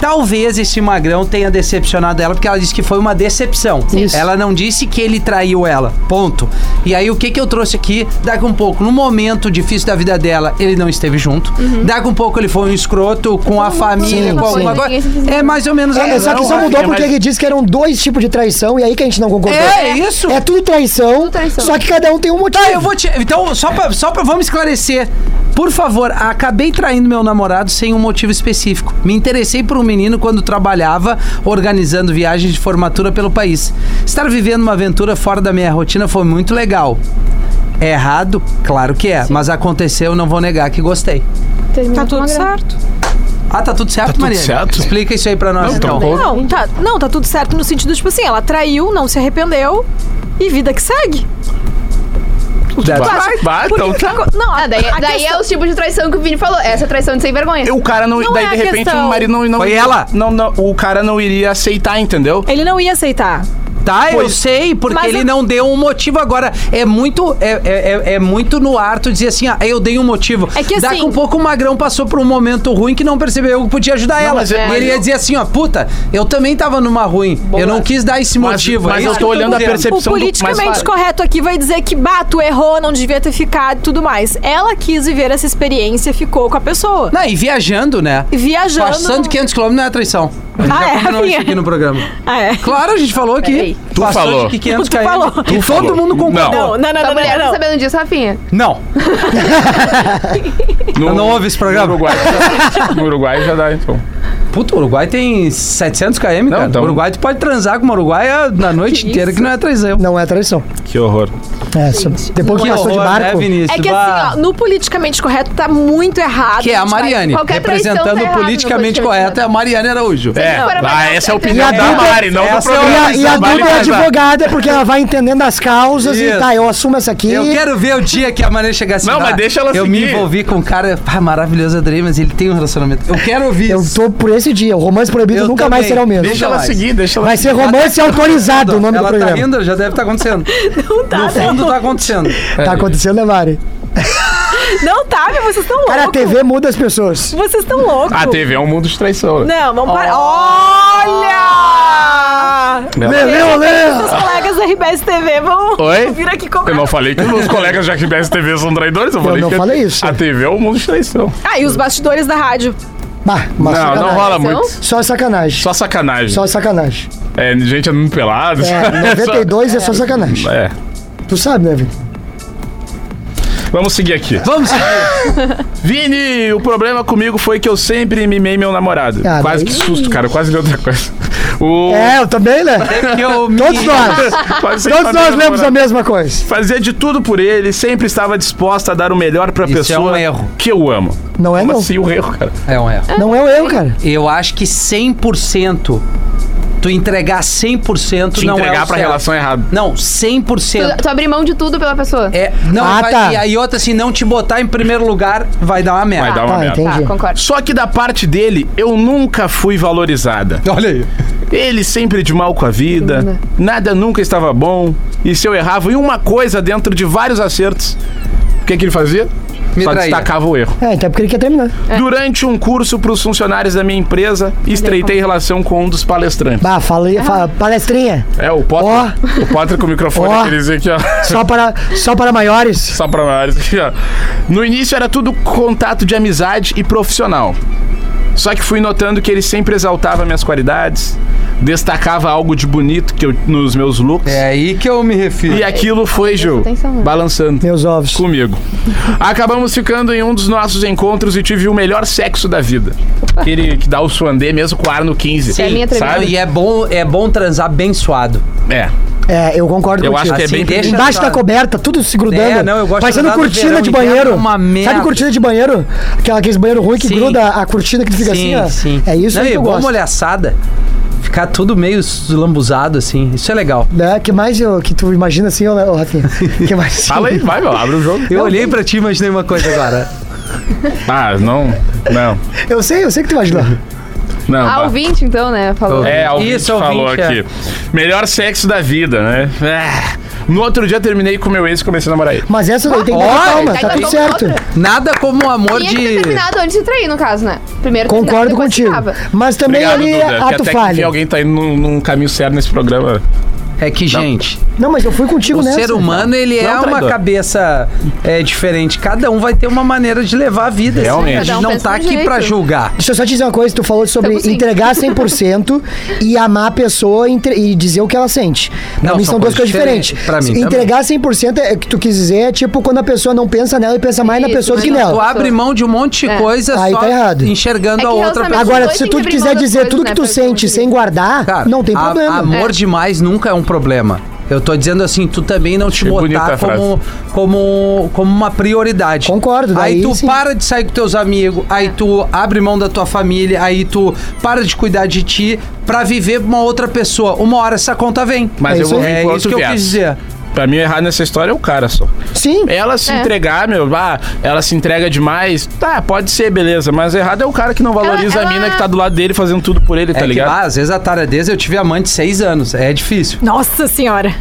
[SPEAKER 2] Talvez esse magrão tenha decepcionado ela, porque ela disse que foi uma decepção.
[SPEAKER 5] Isso.
[SPEAKER 2] Ela não disse que ele traiu ela. Ponto. E aí, o que que eu trouxe aqui? Daqui um pouco, no momento difícil da vida dela, ele não esteve junto. Daqui um pouco, ele foi um escroto com a família,
[SPEAKER 5] sim,
[SPEAKER 2] com alguma
[SPEAKER 6] Uhum. sim.
[SPEAKER 2] coisa. É mais ou menos a
[SPEAKER 5] É, só
[SPEAKER 2] razão,
[SPEAKER 5] que só
[SPEAKER 2] acho.
[SPEAKER 5] mudou
[SPEAKER 4] é,
[SPEAKER 5] porque
[SPEAKER 4] mas-
[SPEAKER 5] ele disse que eram dois tipos de traição e aí que a gente não concordou.
[SPEAKER 2] É, isso.
[SPEAKER 5] É tudo traição,
[SPEAKER 6] traição.
[SPEAKER 5] só que cada um tem um motivo.
[SPEAKER 2] Tá, eu vou te. Então, só pra, só pra. Vamos esclarecer. Por favor, acabei traindo meu namorado sem um motivo específico. Me interessei por um menino quando trabalhava organizando viagens de formatura pelo país. Estar vivendo uma aventura fora da minha rotina foi muito legal. É errado? Claro que é. Mas aconteceu, não vou negar que gostei.
[SPEAKER 3] Tá tudo certo.
[SPEAKER 2] Ah, tá tudo certo,
[SPEAKER 4] tudo
[SPEAKER 2] Maria?
[SPEAKER 4] certo?
[SPEAKER 2] Explica isso aí pra nós,
[SPEAKER 4] Não,
[SPEAKER 2] então.
[SPEAKER 4] então, Ou-
[SPEAKER 3] Não, tá, não, tá tudo certo no sentido, tipo assim, ela traiu, não se arrependeu e vida que segue.
[SPEAKER 2] Tá
[SPEAKER 4] Vai, vai,
[SPEAKER 3] Por
[SPEAKER 4] então
[SPEAKER 3] que que
[SPEAKER 4] tá.
[SPEAKER 3] co- Não, a-
[SPEAKER 6] Ah, daí,
[SPEAKER 3] a
[SPEAKER 6] daí
[SPEAKER 3] questão-
[SPEAKER 6] é os tipos de traição que o Vini falou. Essa é a traição de sem vergonha.
[SPEAKER 4] E O cara não.
[SPEAKER 3] Não
[SPEAKER 4] daí,
[SPEAKER 3] é
[SPEAKER 4] de
[SPEAKER 3] a
[SPEAKER 4] repente,
[SPEAKER 3] questão.
[SPEAKER 4] o marido não, não.
[SPEAKER 2] Foi ela?
[SPEAKER 4] Não, não. O cara não iria aceitar, entendeu?
[SPEAKER 3] Ele não ia aceitar.
[SPEAKER 2] Tá, eu
[SPEAKER 4] Pois-
[SPEAKER 2] sei, porque
[SPEAKER 3] Mas
[SPEAKER 2] ele
[SPEAKER 3] eu-
[SPEAKER 2] não deu um motivo agora. É muito é, é, é- é muito no ar tu dizer assim, ah, eu dei um motivo.
[SPEAKER 3] É que
[SPEAKER 2] Daqui
[SPEAKER 3] assim-
[SPEAKER 2] um pouco o Magrão passou por um momento ruim que não percebeu que podia ajudar ela.
[SPEAKER 4] mas é-
[SPEAKER 2] e ele ia dizer assim, ó, puta, eu também tava numa ruim. Eu não quis dar esse
[SPEAKER 4] Mas-
[SPEAKER 2] motivo.
[SPEAKER 4] mas
[SPEAKER 2] é
[SPEAKER 4] eu
[SPEAKER 2] isso
[SPEAKER 4] tô
[SPEAKER 2] que
[SPEAKER 4] olhando a
[SPEAKER 2] dizendo.
[SPEAKER 4] percepção.
[SPEAKER 3] O
[SPEAKER 4] do- mas
[SPEAKER 3] politicamente
[SPEAKER 4] fala.
[SPEAKER 3] correto aqui vai dizer que, bah, tu errou, não devia ter ficado e tudo mais. Ela quis viver essa experiência e ficou com a pessoa.
[SPEAKER 2] Não, e viajando, né?
[SPEAKER 3] E Viajando.
[SPEAKER 2] Passando 500 km não é traição.
[SPEAKER 3] Ah, é,
[SPEAKER 2] Já combinou isso
[SPEAKER 3] Rafinha?
[SPEAKER 2] aqui no programa.
[SPEAKER 3] Ah, é.
[SPEAKER 2] Claro, a gente falou aqui.
[SPEAKER 6] Peraí.
[SPEAKER 4] Tu
[SPEAKER 2] Passou
[SPEAKER 4] falou.
[SPEAKER 2] de 500
[SPEAKER 3] Tu
[SPEAKER 2] km.
[SPEAKER 3] falou.
[SPEAKER 2] E
[SPEAKER 3] Tu
[SPEAKER 2] todo
[SPEAKER 4] falou.
[SPEAKER 2] mundo
[SPEAKER 3] Não,
[SPEAKER 2] concordou.
[SPEAKER 3] não, não,
[SPEAKER 6] Tua
[SPEAKER 3] não,
[SPEAKER 6] mulher tá
[SPEAKER 3] não, não.
[SPEAKER 6] sabendo disso, Rafinha?
[SPEAKER 2] Não.
[SPEAKER 4] (laughs) No-
[SPEAKER 2] Não houve esse programa?
[SPEAKER 4] No Uruguai,
[SPEAKER 5] (laughs)
[SPEAKER 4] já, no Uruguai já dá, então.
[SPEAKER 2] Puta, o Uruguai tem 700 km, cara.
[SPEAKER 4] então-
[SPEAKER 2] O Uruguai tu pode transar com uma uruguaia na noite
[SPEAKER 3] Que
[SPEAKER 2] inteira, que não é traição.
[SPEAKER 5] Não é traição.
[SPEAKER 4] Que horror.
[SPEAKER 5] É, só- depois que,
[SPEAKER 2] Que
[SPEAKER 5] passou de
[SPEAKER 2] horror, né,
[SPEAKER 5] barco.
[SPEAKER 2] Vinícius?
[SPEAKER 3] É que
[SPEAKER 2] Bah.
[SPEAKER 3] assim, ó, no politicamente correto tá muito errado.
[SPEAKER 2] Que é a
[SPEAKER 3] gente, (laughs)
[SPEAKER 2] Mariane.
[SPEAKER 6] qualquer traição
[SPEAKER 2] Representando
[SPEAKER 6] tá
[SPEAKER 2] o
[SPEAKER 6] errado no
[SPEAKER 2] politicamente
[SPEAKER 6] podcast.
[SPEAKER 2] correto é a Mariane Araújo.
[SPEAKER 4] É,
[SPEAKER 6] Não, mas
[SPEAKER 4] ah,
[SPEAKER 6] não-
[SPEAKER 4] essa é a
[SPEAKER 5] E
[SPEAKER 4] opinião
[SPEAKER 5] a
[SPEAKER 4] da
[SPEAKER 5] Duda-
[SPEAKER 4] Mari, não do
[SPEAKER 2] essa é a-
[SPEAKER 4] programa.
[SPEAKER 5] E a, e a
[SPEAKER 4] Essa vale
[SPEAKER 5] Duda é
[SPEAKER 4] mais nada.
[SPEAKER 5] advogada, porque ela vai entendendo as causas
[SPEAKER 2] Isso.
[SPEAKER 5] e tá, eu assumo essa aqui.
[SPEAKER 2] Eu quero ver o dia que a Mariane chegar assim.
[SPEAKER 4] Não, mas
[SPEAKER 2] "Ah,
[SPEAKER 4] deixa ela
[SPEAKER 2] Eu me
[SPEAKER 4] seguir."
[SPEAKER 2] envolvi com um cara ah, maravilhoso, adorei, mas ele tem um relacionamento. Eu quero ouvir
[SPEAKER 5] Eu
[SPEAKER 2] isso.
[SPEAKER 5] tô por esse dia. O romance proibido
[SPEAKER 2] Eu
[SPEAKER 5] nunca
[SPEAKER 2] também.
[SPEAKER 5] mais será o mesmo.
[SPEAKER 4] Deixa ela
[SPEAKER 2] mais.
[SPEAKER 4] seguir, deixa ela
[SPEAKER 5] Vai ser
[SPEAKER 4] seguir.
[SPEAKER 5] romance É autorizado o nome
[SPEAKER 2] ela
[SPEAKER 5] do programa.
[SPEAKER 2] tá rindo, já deve estar acontecendo. Não tá, No
[SPEAKER 3] né?
[SPEAKER 2] fundo tá
[SPEAKER 5] (laughs)
[SPEAKER 2] acontecendo.
[SPEAKER 5] Tá acontecendo, né, Mari?
[SPEAKER 3] Não tá, meu, vocês estão
[SPEAKER 5] Cara, a
[SPEAKER 3] loucos.
[SPEAKER 5] TV muda as pessoas.
[SPEAKER 3] Vocês estão loucos.
[SPEAKER 4] A TV é um mundo de traição. né?
[SPEAKER 3] Não, vamos parar. Olha!
[SPEAKER 5] Lê,
[SPEAKER 3] Os colegas da RBS TV vão
[SPEAKER 4] Oi?
[SPEAKER 3] vir aqui
[SPEAKER 4] Eu
[SPEAKER 3] comprar.
[SPEAKER 4] não falei que os meus colegas já que da TV são traidores, eu falei
[SPEAKER 5] não
[SPEAKER 4] que
[SPEAKER 5] falei isso.
[SPEAKER 4] A TV é um mundo de traição.
[SPEAKER 3] Ah, e os bastidores da rádio.
[SPEAKER 5] Bah, uma
[SPEAKER 4] Não, não
[SPEAKER 5] sacanagem.
[SPEAKER 4] rola
[SPEAKER 6] Traição?
[SPEAKER 4] muito.
[SPEAKER 5] Só sacanagem. Só,
[SPEAKER 4] Só sacanagem.
[SPEAKER 5] sacanagem.
[SPEAKER 4] É, gente andando pelado. (laughs)
[SPEAKER 5] É,
[SPEAKER 4] sabe?
[SPEAKER 5] 92 é só sacanagem.
[SPEAKER 4] Só- É.
[SPEAKER 5] Tu sabe, né, Vini?
[SPEAKER 4] Vamos seguir aqui.
[SPEAKER 2] Vamos seguir.
[SPEAKER 4] (laughs) Vini, o problema comigo foi que eu sempre mimei meu namorado.
[SPEAKER 5] Ah,
[SPEAKER 4] quase
[SPEAKER 5] daí-
[SPEAKER 4] que susto, cara. Quase deu outra coisa. O...
[SPEAKER 5] É, eu também, né?
[SPEAKER 2] Que eu me-
[SPEAKER 5] (laughs) Todos nós.
[SPEAKER 4] (laughs) Quase sempre
[SPEAKER 5] Todos
[SPEAKER 4] mamei
[SPEAKER 5] nós
[SPEAKER 4] meu
[SPEAKER 5] lemos
[SPEAKER 4] namorado.
[SPEAKER 5] a mesma coisa.
[SPEAKER 4] Fazia de tudo por ele, sempre estava disposta a dar o melhor pra
[SPEAKER 2] Isso
[SPEAKER 4] pessoa
[SPEAKER 2] é um erro.
[SPEAKER 4] que eu amo.
[SPEAKER 5] Não é,
[SPEAKER 4] Como
[SPEAKER 5] não.
[SPEAKER 4] assim um erro, cara?
[SPEAKER 2] É um erro.
[SPEAKER 5] Não é o eu, cara.
[SPEAKER 2] Eu acho que 100%, tu entregar 100%
[SPEAKER 4] Te
[SPEAKER 2] não é
[SPEAKER 4] entregar
[SPEAKER 2] o
[SPEAKER 4] pra
[SPEAKER 2] certo.
[SPEAKER 4] relação errada.
[SPEAKER 2] Não,
[SPEAKER 6] Tu,
[SPEAKER 2] 100%.
[SPEAKER 6] tu abrir mão de tudo pela pessoa.
[SPEAKER 2] É, não,
[SPEAKER 5] Ah,
[SPEAKER 2] vai,
[SPEAKER 5] tá.
[SPEAKER 2] e aí outra, se não te botar em primeiro lugar, vai dar uma merda.
[SPEAKER 4] Vai dar uma
[SPEAKER 5] Tá,
[SPEAKER 4] merda.
[SPEAKER 5] entendi.
[SPEAKER 6] Tá, concordo.
[SPEAKER 4] Só que da parte dele, eu nunca fui valorizada.
[SPEAKER 5] (laughs)
[SPEAKER 2] Olha aí.
[SPEAKER 4] Ele sempre de mal com a vida, nada nunca estava bom. E se eu errava em uma coisa dentro de vários acertos, o que, que ele fazia?
[SPEAKER 2] Me
[SPEAKER 4] Só
[SPEAKER 2] traía.
[SPEAKER 4] destacava o erro.
[SPEAKER 5] É, até porque ele quer terminar.
[SPEAKER 4] Durante um curso para os funcionários da minha empresa, estreitei relação com um dos palestrantes.
[SPEAKER 5] Bah, fala, aí, fala palestrinha.
[SPEAKER 4] É, o Potter. O Potter com o microfone
[SPEAKER 5] Ó.
[SPEAKER 4] que ele dizia aqui, ó. (laughs)
[SPEAKER 5] Só para, só para maiores.
[SPEAKER 4] Só pra nós aqui, ó. No início era tudo contato de amizade e profissional. Só que fui notando que ele sempre exaltava minhas qualidades, destacava algo de bonito que eu, nos meus looks.
[SPEAKER 2] É aí que eu me refiro.
[SPEAKER 4] E aquilo foi, Ju,
[SPEAKER 6] atenção, né?
[SPEAKER 4] balançando
[SPEAKER 5] Meus ovos.
[SPEAKER 4] comigo. Acabamos ficando em um dos nossos encontros e tive o melhor sexo da vida. Aquele que dá o suandê mesmo com o ar no 15.
[SPEAKER 6] É a minha tremenda.
[SPEAKER 4] sabe?
[SPEAKER 2] E é bom, é bom transar bem suado.
[SPEAKER 4] É.
[SPEAKER 5] É, eu concordo
[SPEAKER 4] Eu
[SPEAKER 5] contigo.
[SPEAKER 4] acho que é bem-
[SPEAKER 2] deixa
[SPEAKER 5] Embaixo da
[SPEAKER 2] suado.
[SPEAKER 5] coberta, tudo se grudando.
[SPEAKER 2] É, não, eu gosto de
[SPEAKER 5] Parecendo
[SPEAKER 2] andar no
[SPEAKER 5] cortina
[SPEAKER 2] verão,
[SPEAKER 5] de
[SPEAKER 2] inverno
[SPEAKER 5] banheiro.
[SPEAKER 2] é uma merda.
[SPEAKER 5] Sabe cortina de banheiro? Aquela, aqueles banheiro ruim que
[SPEAKER 2] Sim.
[SPEAKER 5] gruda a cortina que tu fica assim, ó. É isso
[SPEAKER 2] não,
[SPEAKER 5] aí
[SPEAKER 2] e
[SPEAKER 5] que eu
[SPEAKER 2] bom
[SPEAKER 5] gosto.
[SPEAKER 2] molhaçada. Ficar tudo meio lambuzado, assim. Isso é legal.
[SPEAKER 5] Né? Que mais eu- que tu imagina assim, ô ô,
[SPEAKER 4] (laughs)
[SPEAKER 5] Rafinha? Que mais?
[SPEAKER 4] Fala aí, vai, meu, abre o jogo.
[SPEAKER 2] Eu olhei pra ti e imaginei uma coisa agora.
[SPEAKER 4] Ah, não. Não.
[SPEAKER 5] Eu sei, eu sei que tu imagina.
[SPEAKER 4] Não.
[SPEAKER 6] Ah,
[SPEAKER 4] vai.
[SPEAKER 6] ouvinte, então, né? Falou.
[SPEAKER 4] É, alguém
[SPEAKER 2] Isso, é.
[SPEAKER 4] falou
[SPEAKER 2] ouvinte,
[SPEAKER 4] aqui. Melhor sexo da vida, né? Ah. No outro dia terminei com meu ex e comecei a namorar ele.
[SPEAKER 5] Mas essa daí tem que
[SPEAKER 2] Ó,
[SPEAKER 5] dar calma,
[SPEAKER 6] tá
[SPEAKER 5] tá tudo
[SPEAKER 6] com
[SPEAKER 5] certo.
[SPEAKER 6] outra.
[SPEAKER 2] Nada como o amor
[SPEAKER 6] Tinha que ter
[SPEAKER 2] de.
[SPEAKER 6] terminado antes de trair, no caso, né? Primeiro terminava,
[SPEAKER 5] Concordo
[SPEAKER 6] depois
[SPEAKER 5] contigo.
[SPEAKER 6] ficava.
[SPEAKER 5] Mas também
[SPEAKER 4] Obrigado,
[SPEAKER 5] ali
[SPEAKER 4] Duda, que
[SPEAKER 5] ato
[SPEAKER 4] até que enfim
[SPEAKER 5] falho.
[SPEAKER 4] alguém tá indo num, num caminho certo nesse programa.
[SPEAKER 2] É que, gente,
[SPEAKER 5] Não, mas eu fui contigo
[SPEAKER 2] o
[SPEAKER 5] nessa.
[SPEAKER 2] ser humano, ele é
[SPEAKER 5] um
[SPEAKER 4] Não,
[SPEAKER 2] uma
[SPEAKER 4] traidor.
[SPEAKER 2] cabeça é, diferente. Cada um vai ter uma maneira de levar a vida. assim.
[SPEAKER 4] Realmente.
[SPEAKER 2] A gente
[SPEAKER 6] Cada um
[SPEAKER 2] não
[SPEAKER 6] pensa
[SPEAKER 2] tá
[SPEAKER 6] de um
[SPEAKER 2] aqui
[SPEAKER 6] jeito.
[SPEAKER 2] pra julgar.
[SPEAKER 5] Deixa eu só te dizer uma coisa, tu falou sobre
[SPEAKER 6] Tamo sim. (laughs)
[SPEAKER 5] entregar 100% e amar a pessoa e entre- e dizer o que ela sente. Pra
[SPEAKER 2] Não,
[SPEAKER 5] mim
[SPEAKER 2] são
[SPEAKER 5] são duas
[SPEAKER 2] coisas
[SPEAKER 5] coisas diferentes.
[SPEAKER 2] diferentes. Pra mim
[SPEAKER 5] entregar 100% é o que tu quis dizer, é tipo quando a pessoa não pensa nela e pensa mais na
[SPEAKER 6] Isso,
[SPEAKER 5] pessoa do que
[SPEAKER 6] mas não-
[SPEAKER 2] Tu
[SPEAKER 5] nela.
[SPEAKER 2] abre mão de um monte de
[SPEAKER 6] É.
[SPEAKER 2] coisa
[SPEAKER 5] Aí
[SPEAKER 2] só
[SPEAKER 5] tá errado.
[SPEAKER 2] enxergando
[SPEAKER 6] É que
[SPEAKER 2] a outra
[SPEAKER 6] relacionamento-
[SPEAKER 2] pessoa.
[SPEAKER 5] Agora,
[SPEAKER 6] dois
[SPEAKER 5] se
[SPEAKER 6] tem
[SPEAKER 5] tu
[SPEAKER 6] que abrir
[SPEAKER 5] quiser
[SPEAKER 6] mão das
[SPEAKER 5] dizer
[SPEAKER 6] coisas,
[SPEAKER 5] tudo
[SPEAKER 6] né,
[SPEAKER 5] que tu
[SPEAKER 6] pra isso
[SPEAKER 5] sente sem
[SPEAKER 6] acontecer.
[SPEAKER 5] guardar,
[SPEAKER 2] Cara,
[SPEAKER 5] não tem
[SPEAKER 2] a-
[SPEAKER 5] problema.
[SPEAKER 2] amor
[SPEAKER 6] É.
[SPEAKER 2] demais nunca é um problema. Eu tô dizendo assim, tu também não te
[SPEAKER 4] Achei bonita
[SPEAKER 2] botar
[SPEAKER 4] a frase.
[SPEAKER 2] como, como, como uma prioridade.
[SPEAKER 5] Concordo,
[SPEAKER 2] Aí
[SPEAKER 5] daí
[SPEAKER 2] tu
[SPEAKER 5] sim.
[SPEAKER 2] para de sair com teus amigos, aí tu abre mão da tua família, aí tu para de cuidar de ti pra viver pra uma outra pessoa. Uma hora essa conta vem.
[SPEAKER 4] Mas
[SPEAKER 5] É
[SPEAKER 4] eu
[SPEAKER 5] isso
[SPEAKER 4] vou
[SPEAKER 5] aí.
[SPEAKER 4] vir
[SPEAKER 2] É
[SPEAKER 4] por
[SPEAKER 2] isso
[SPEAKER 4] outro
[SPEAKER 2] que eu
[SPEAKER 4] viés.
[SPEAKER 2] quis dizer.
[SPEAKER 4] Pra mim, o errado nessa história é o cara só.
[SPEAKER 5] Sim.
[SPEAKER 4] Ela se
[SPEAKER 6] É.
[SPEAKER 4] entregar, meu, ah, ela se entrega demais. Tá, pode ser, beleza. Mas errado é o cara que não valoriza
[SPEAKER 6] ela-
[SPEAKER 4] a mina que tá do lado dele fazendo tudo por ele,
[SPEAKER 2] É
[SPEAKER 4] tá
[SPEAKER 2] que
[SPEAKER 4] ligado?
[SPEAKER 2] lá, às vezes, a taradeza, eu tive amante seis anos. É difícil.
[SPEAKER 3] Nossa senhora.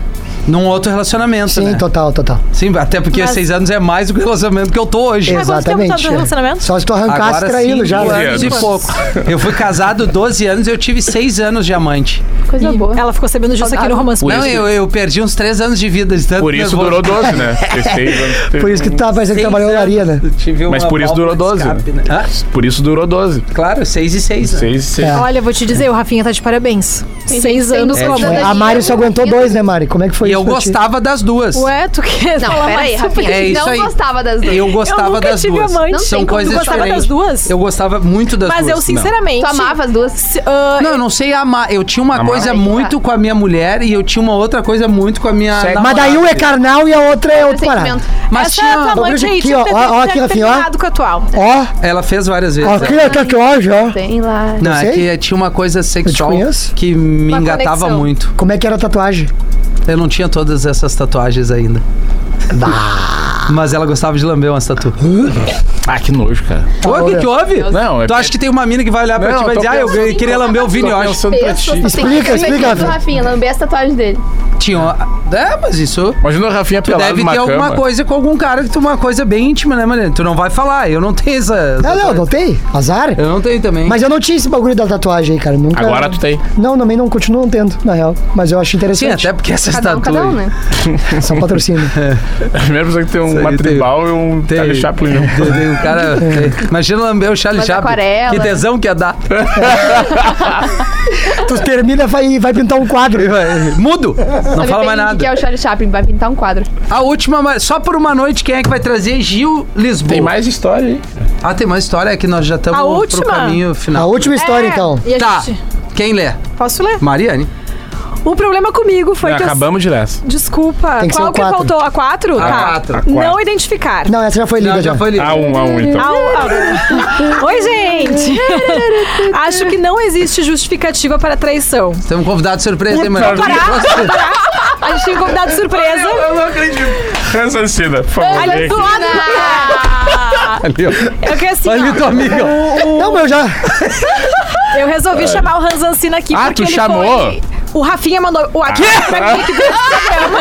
[SPEAKER 2] Num outro relacionamento,
[SPEAKER 5] Sim,
[SPEAKER 2] né?
[SPEAKER 5] total, total.
[SPEAKER 2] Sim, até porque
[SPEAKER 3] Mas-
[SPEAKER 2] seis anos é mais do que o relacionamento que eu tô hoje.
[SPEAKER 3] Mas quanto tempo tá
[SPEAKER 5] Exatamente.
[SPEAKER 3] no relacionamento?
[SPEAKER 5] Só se tu É, arrancasse traído
[SPEAKER 2] cinco
[SPEAKER 5] já. né?
[SPEAKER 2] anos e
[SPEAKER 4] Anos.
[SPEAKER 2] pouco. Eu fui casado 12 anos e eu tive seis anos de amante.
[SPEAKER 6] Coisa
[SPEAKER 3] E
[SPEAKER 6] boa.
[SPEAKER 3] Ela ficou sabendo disso aqui no romance.
[SPEAKER 4] Por
[SPEAKER 2] Não,
[SPEAKER 4] isso-
[SPEAKER 2] eu, eu perdi uns três anos de vida de tanto
[SPEAKER 4] Por isso
[SPEAKER 2] nervoso.
[SPEAKER 4] durou
[SPEAKER 2] (laughs)
[SPEAKER 4] 12, né? Seis anos.
[SPEAKER 5] Por isso que tu tava parecendo que
[SPEAKER 2] Seis
[SPEAKER 5] trabalhou em olaria, né?
[SPEAKER 2] anos, eu tive
[SPEAKER 4] Mas
[SPEAKER 2] uma
[SPEAKER 4] por isso durou
[SPEAKER 2] válvula de
[SPEAKER 4] 12,
[SPEAKER 2] escape, né? Hã?
[SPEAKER 4] Por isso durou 12.
[SPEAKER 2] Claro, seis e seis. né?
[SPEAKER 4] Seis, seis.
[SPEAKER 5] É.
[SPEAKER 3] Olha, vou te dizer, o Rafinha tá de parabéns.
[SPEAKER 6] Tem
[SPEAKER 3] Seis
[SPEAKER 6] gente que tem
[SPEAKER 3] anos
[SPEAKER 6] no
[SPEAKER 3] como?
[SPEAKER 6] conta da-
[SPEAKER 5] A Mari só aguentou dois, né, Mari? Como é que foi
[SPEAKER 2] E
[SPEAKER 5] isso?
[SPEAKER 2] eu
[SPEAKER 5] pra ti?
[SPEAKER 2] gostava das duas.
[SPEAKER 3] Ué, tu quer
[SPEAKER 6] Não,
[SPEAKER 3] falar
[SPEAKER 6] peraí,
[SPEAKER 3] mais sobre
[SPEAKER 6] Rafinha.
[SPEAKER 2] É isso
[SPEAKER 6] não
[SPEAKER 2] aí.
[SPEAKER 6] gostava das duas.
[SPEAKER 2] Eu
[SPEAKER 3] Eu
[SPEAKER 2] gostava
[SPEAKER 3] nunca
[SPEAKER 2] das
[SPEAKER 3] tive
[SPEAKER 2] duas.
[SPEAKER 3] amante.
[SPEAKER 6] Não
[SPEAKER 2] São
[SPEAKER 6] tem como.
[SPEAKER 2] coisas
[SPEAKER 3] Tu gostava
[SPEAKER 2] diferentes.
[SPEAKER 3] das duas?
[SPEAKER 2] Eu gostava muito das
[SPEAKER 3] Mas
[SPEAKER 2] duas.
[SPEAKER 3] eu, sinceramente.
[SPEAKER 6] Tu amava as duas?
[SPEAKER 3] se- ah,
[SPEAKER 2] Não, eu não sei amar. Eu tinha uma
[SPEAKER 4] Amar.
[SPEAKER 2] coisa
[SPEAKER 6] Aí que tá.
[SPEAKER 2] muito com a minha mulher e eu tinha uma outra coisa muito com a minha.
[SPEAKER 4] Certo.
[SPEAKER 2] namorada.
[SPEAKER 5] Mas daí um é carnal e a outra é outro parado.
[SPEAKER 6] Sentimento.
[SPEAKER 2] Mas
[SPEAKER 3] essa é
[SPEAKER 2] tinha-
[SPEAKER 3] tua
[SPEAKER 2] Vamos
[SPEAKER 3] amante
[SPEAKER 5] ver
[SPEAKER 3] aí
[SPEAKER 5] aqui,
[SPEAKER 3] tinha
[SPEAKER 5] ó,
[SPEAKER 3] que ter-
[SPEAKER 5] ó, ó
[SPEAKER 3] tinha
[SPEAKER 5] aqui,
[SPEAKER 3] que ter
[SPEAKER 5] Rafinha, ó.
[SPEAKER 3] terminado com a atual.
[SPEAKER 5] Ó,
[SPEAKER 2] Ela fez várias vezes.
[SPEAKER 5] ó,
[SPEAKER 2] ela.
[SPEAKER 5] que aqui, é ó.
[SPEAKER 6] Tem lá.
[SPEAKER 2] Não, é
[SPEAKER 5] sei.
[SPEAKER 2] que tinha uma coisa sexual
[SPEAKER 5] conheço.
[SPEAKER 2] que me
[SPEAKER 6] Uma
[SPEAKER 2] engatava
[SPEAKER 6] conexão.
[SPEAKER 2] muito.
[SPEAKER 5] Como é que era a tatuagem?
[SPEAKER 2] Eu não tinha todas essas tatuagens ainda. Mas ela gostava de lamber umas tatu.
[SPEAKER 4] Ah, que nojo, cara.
[SPEAKER 2] Ô, o que,
[SPEAKER 5] Hum, olha.
[SPEAKER 2] que houve?
[SPEAKER 4] Não, é
[SPEAKER 2] Tu acha que tem uma mina que vai olhar pra
[SPEAKER 4] Não,
[SPEAKER 2] ti e vai
[SPEAKER 4] tô
[SPEAKER 2] dizer, ah, eu
[SPEAKER 4] pensando-
[SPEAKER 2] queria lamber o Vini, eu
[SPEAKER 4] Tô
[SPEAKER 2] acho.
[SPEAKER 4] pensando pra
[SPEAKER 6] Pessoas
[SPEAKER 4] ti.
[SPEAKER 6] que têm
[SPEAKER 5] Explica,
[SPEAKER 6] perfil
[SPEAKER 5] explica,
[SPEAKER 6] do
[SPEAKER 5] Rafinha.
[SPEAKER 6] Rafinha, lamber as tatuagens dele.
[SPEAKER 2] Tinha uma... É, mas isso...
[SPEAKER 4] Imagina o Rafinha
[SPEAKER 2] Tu
[SPEAKER 4] pelado
[SPEAKER 2] deve
[SPEAKER 4] Tá numa
[SPEAKER 2] ter
[SPEAKER 4] cama.
[SPEAKER 2] alguma coisa com algum cara que tu uma coisa bem íntima, né, Mariana? Tu não vai falar, eu não tenho essa...
[SPEAKER 5] Ah, não, não tem. Azar.
[SPEAKER 2] Eu não tenho também.
[SPEAKER 5] Mas eu não tinha esse bagulho da tatuagem aí, cara. Nunca...
[SPEAKER 2] né?
[SPEAKER 4] Agora tu tem. (laughs)
[SPEAKER 5] Não, também não continuo não tendo, na real. Mas eu acho
[SPEAKER 2] Sim,
[SPEAKER 5] interessante.
[SPEAKER 2] até porque essas
[SPEAKER 6] Cada um,
[SPEAKER 2] tatuas...
[SPEAKER 6] cada um, né?
[SPEAKER 5] São
[SPEAKER 2] (laughs)
[SPEAKER 5] patrocínio.
[SPEAKER 4] A primeira pessoa que tem
[SPEAKER 2] Isso aí
[SPEAKER 4] uma
[SPEAKER 2] tem-
[SPEAKER 4] tribal e um
[SPEAKER 2] tem-
[SPEAKER 4] Charlie Chaplin. junto.
[SPEAKER 2] Tem- tem um cara... tem- Imagina lamber o Charlie
[SPEAKER 6] Mas
[SPEAKER 2] Chaplin.
[SPEAKER 6] aquarela.
[SPEAKER 2] Que tesão que ia dar.
[SPEAKER 5] tu termina vai- e vai pintar um quadro.
[SPEAKER 2] Mudo! Não
[SPEAKER 6] Sabe
[SPEAKER 2] fala mais
[SPEAKER 6] bem o que
[SPEAKER 2] nada.
[SPEAKER 6] que é o Charlie Chaplin, vai pintar um quadro.
[SPEAKER 2] A última, mas só por uma noite, quem é que vai trazer? Gil Lisboa.
[SPEAKER 4] Tem mais história aí.
[SPEAKER 2] Ah, tem mais história, é que nós já estamos
[SPEAKER 3] A
[SPEAKER 2] pro
[SPEAKER 3] última?
[SPEAKER 2] caminho
[SPEAKER 5] A
[SPEAKER 2] final.
[SPEAKER 5] última história,
[SPEAKER 3] É,
[SPEAKER 5] então.
[SPEAKER 3] E a
[SPEAKER 2] Tá,
[SPEAKER 3] gente-
[SPEAKER 2] quem lê?
[SPEAKER 3] posso ler?
[SPEAKER 2] Mariane?
[SPEAKER 3] O problema comigo foi que eu-
[SPEAKER 4] Acabamos de ler essa.
[SPEAKER 3] Desculpa,
[SPEAKER 5] Tem que ser
[SPEAKER 3] qual
[SPEAKER 5] o
[SPEAKER 3] que
[SPEAKER 5] quatro.
[SPEAKER 3] faltou? A 4?
[SPEAKER 2] A quatro. A
[SPEAKER 3] Não
[SPEAKER 4] quatro.
[SPEAKER 3] identificar.
[SPEAKER 5] Não, essa já foi lida
[SPEAKER 2] Não,
[SPEAKER 5] já.
[SPEAKER 2] já foi lido.
[SPEAKER 4] A um, a um, então.
[SPEAKER 3] Au, au. (laughs) Oi,
[SPEAKER 5] (laughs)
[SPEAKER 3] gente! Acho que não existe justificativa para traição.
[SPEAKER 2] Temos um convidado surpresa, hein,
[SPEAKER 4] Puta
[SPEAKER 2] Mariane?
[SPEAKER 3] A gente tem um convidado surpresa.
[SPEAKER 4] não acredito. Ransacida, por favor.
[SPEAKER 3] Olha
[SPEAKER 4] vem
[SPEAKER 3] do
[SPEAKER 4] aqui.
[SPEAKER 3] lado.
[SPEAKER 2] (laughs) Ali, ó.
[SPEAKER 3] Eu quero assim,
[SPEAKER 2] Ali
[SPEAKER 3] ó,
[SPEAKER 2] tua amiga. ó.
[SPEAKER 5] Não, mas eu já.
[SPEAKER 3] eu resolvi chamar o Hans Ancina aqui
[SPEAKER 4] Ah,
[SPEAKER 3] porque
[SPEAKER 4] tu
[SPEAKER 3] ele
[SPEAKER 4] chamou?
[SPEAKER 3] foi... O Rafinha mandou o WhatsApp pra mim que veio esse programa.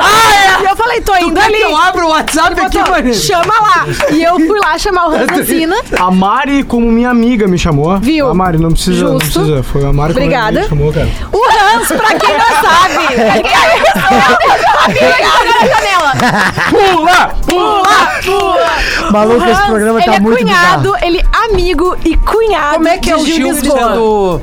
[SPEAKER 3] E eu falei, tô indo
[SPEAKER 2] Como é que
[SPEAKER 3] ali.
[SPEAKER 2] eu abro o WhatsApp aqui,
[SPEAKER 3] Botou,
[SPEAKER 2] Mariane?
[SPEAKER 3] Chama lá. E eu fui lá chamar o Hans Ancina.
[SPEAKER 7] A Mari, como minha amiga, me chamou.
[SPEAKER 3] Viu?
[SPEAKER 7] A Mari, não precisa, não
[SPEAKER 3] Justo.
[SPEAKER 7] precisa. Foi a Mari
[SPEAKER 3] Obrigada.
[SPEAKER 7] que me chamou, cara.
[SPEAKER 3] O Hans, pra quem não sabe, é quem é a janela.
[SPEAKER 4] Pula!
[SPEAKER 3] O
[SPEAKER 5] Maluco, esse
[SPEAKER 3] Hans,
[SPEAKER 5] programa
[SPEAKER 3] ele
[SPEAKER 5] tá
[SPEAKER 3] é
[SPEAKER 5] muito
[SPEAKER 3] cunhado,
[SPEAKER 5] bizarro.
[SPEAKER 3] ele é amigo e cunhado
[SPEAKER 2] Como é que é o
[SPEAKER 3] de
[SPEAKER 2] Gil
[SPEAKER 3] Lisboa.
[SPEAKER 2] sendo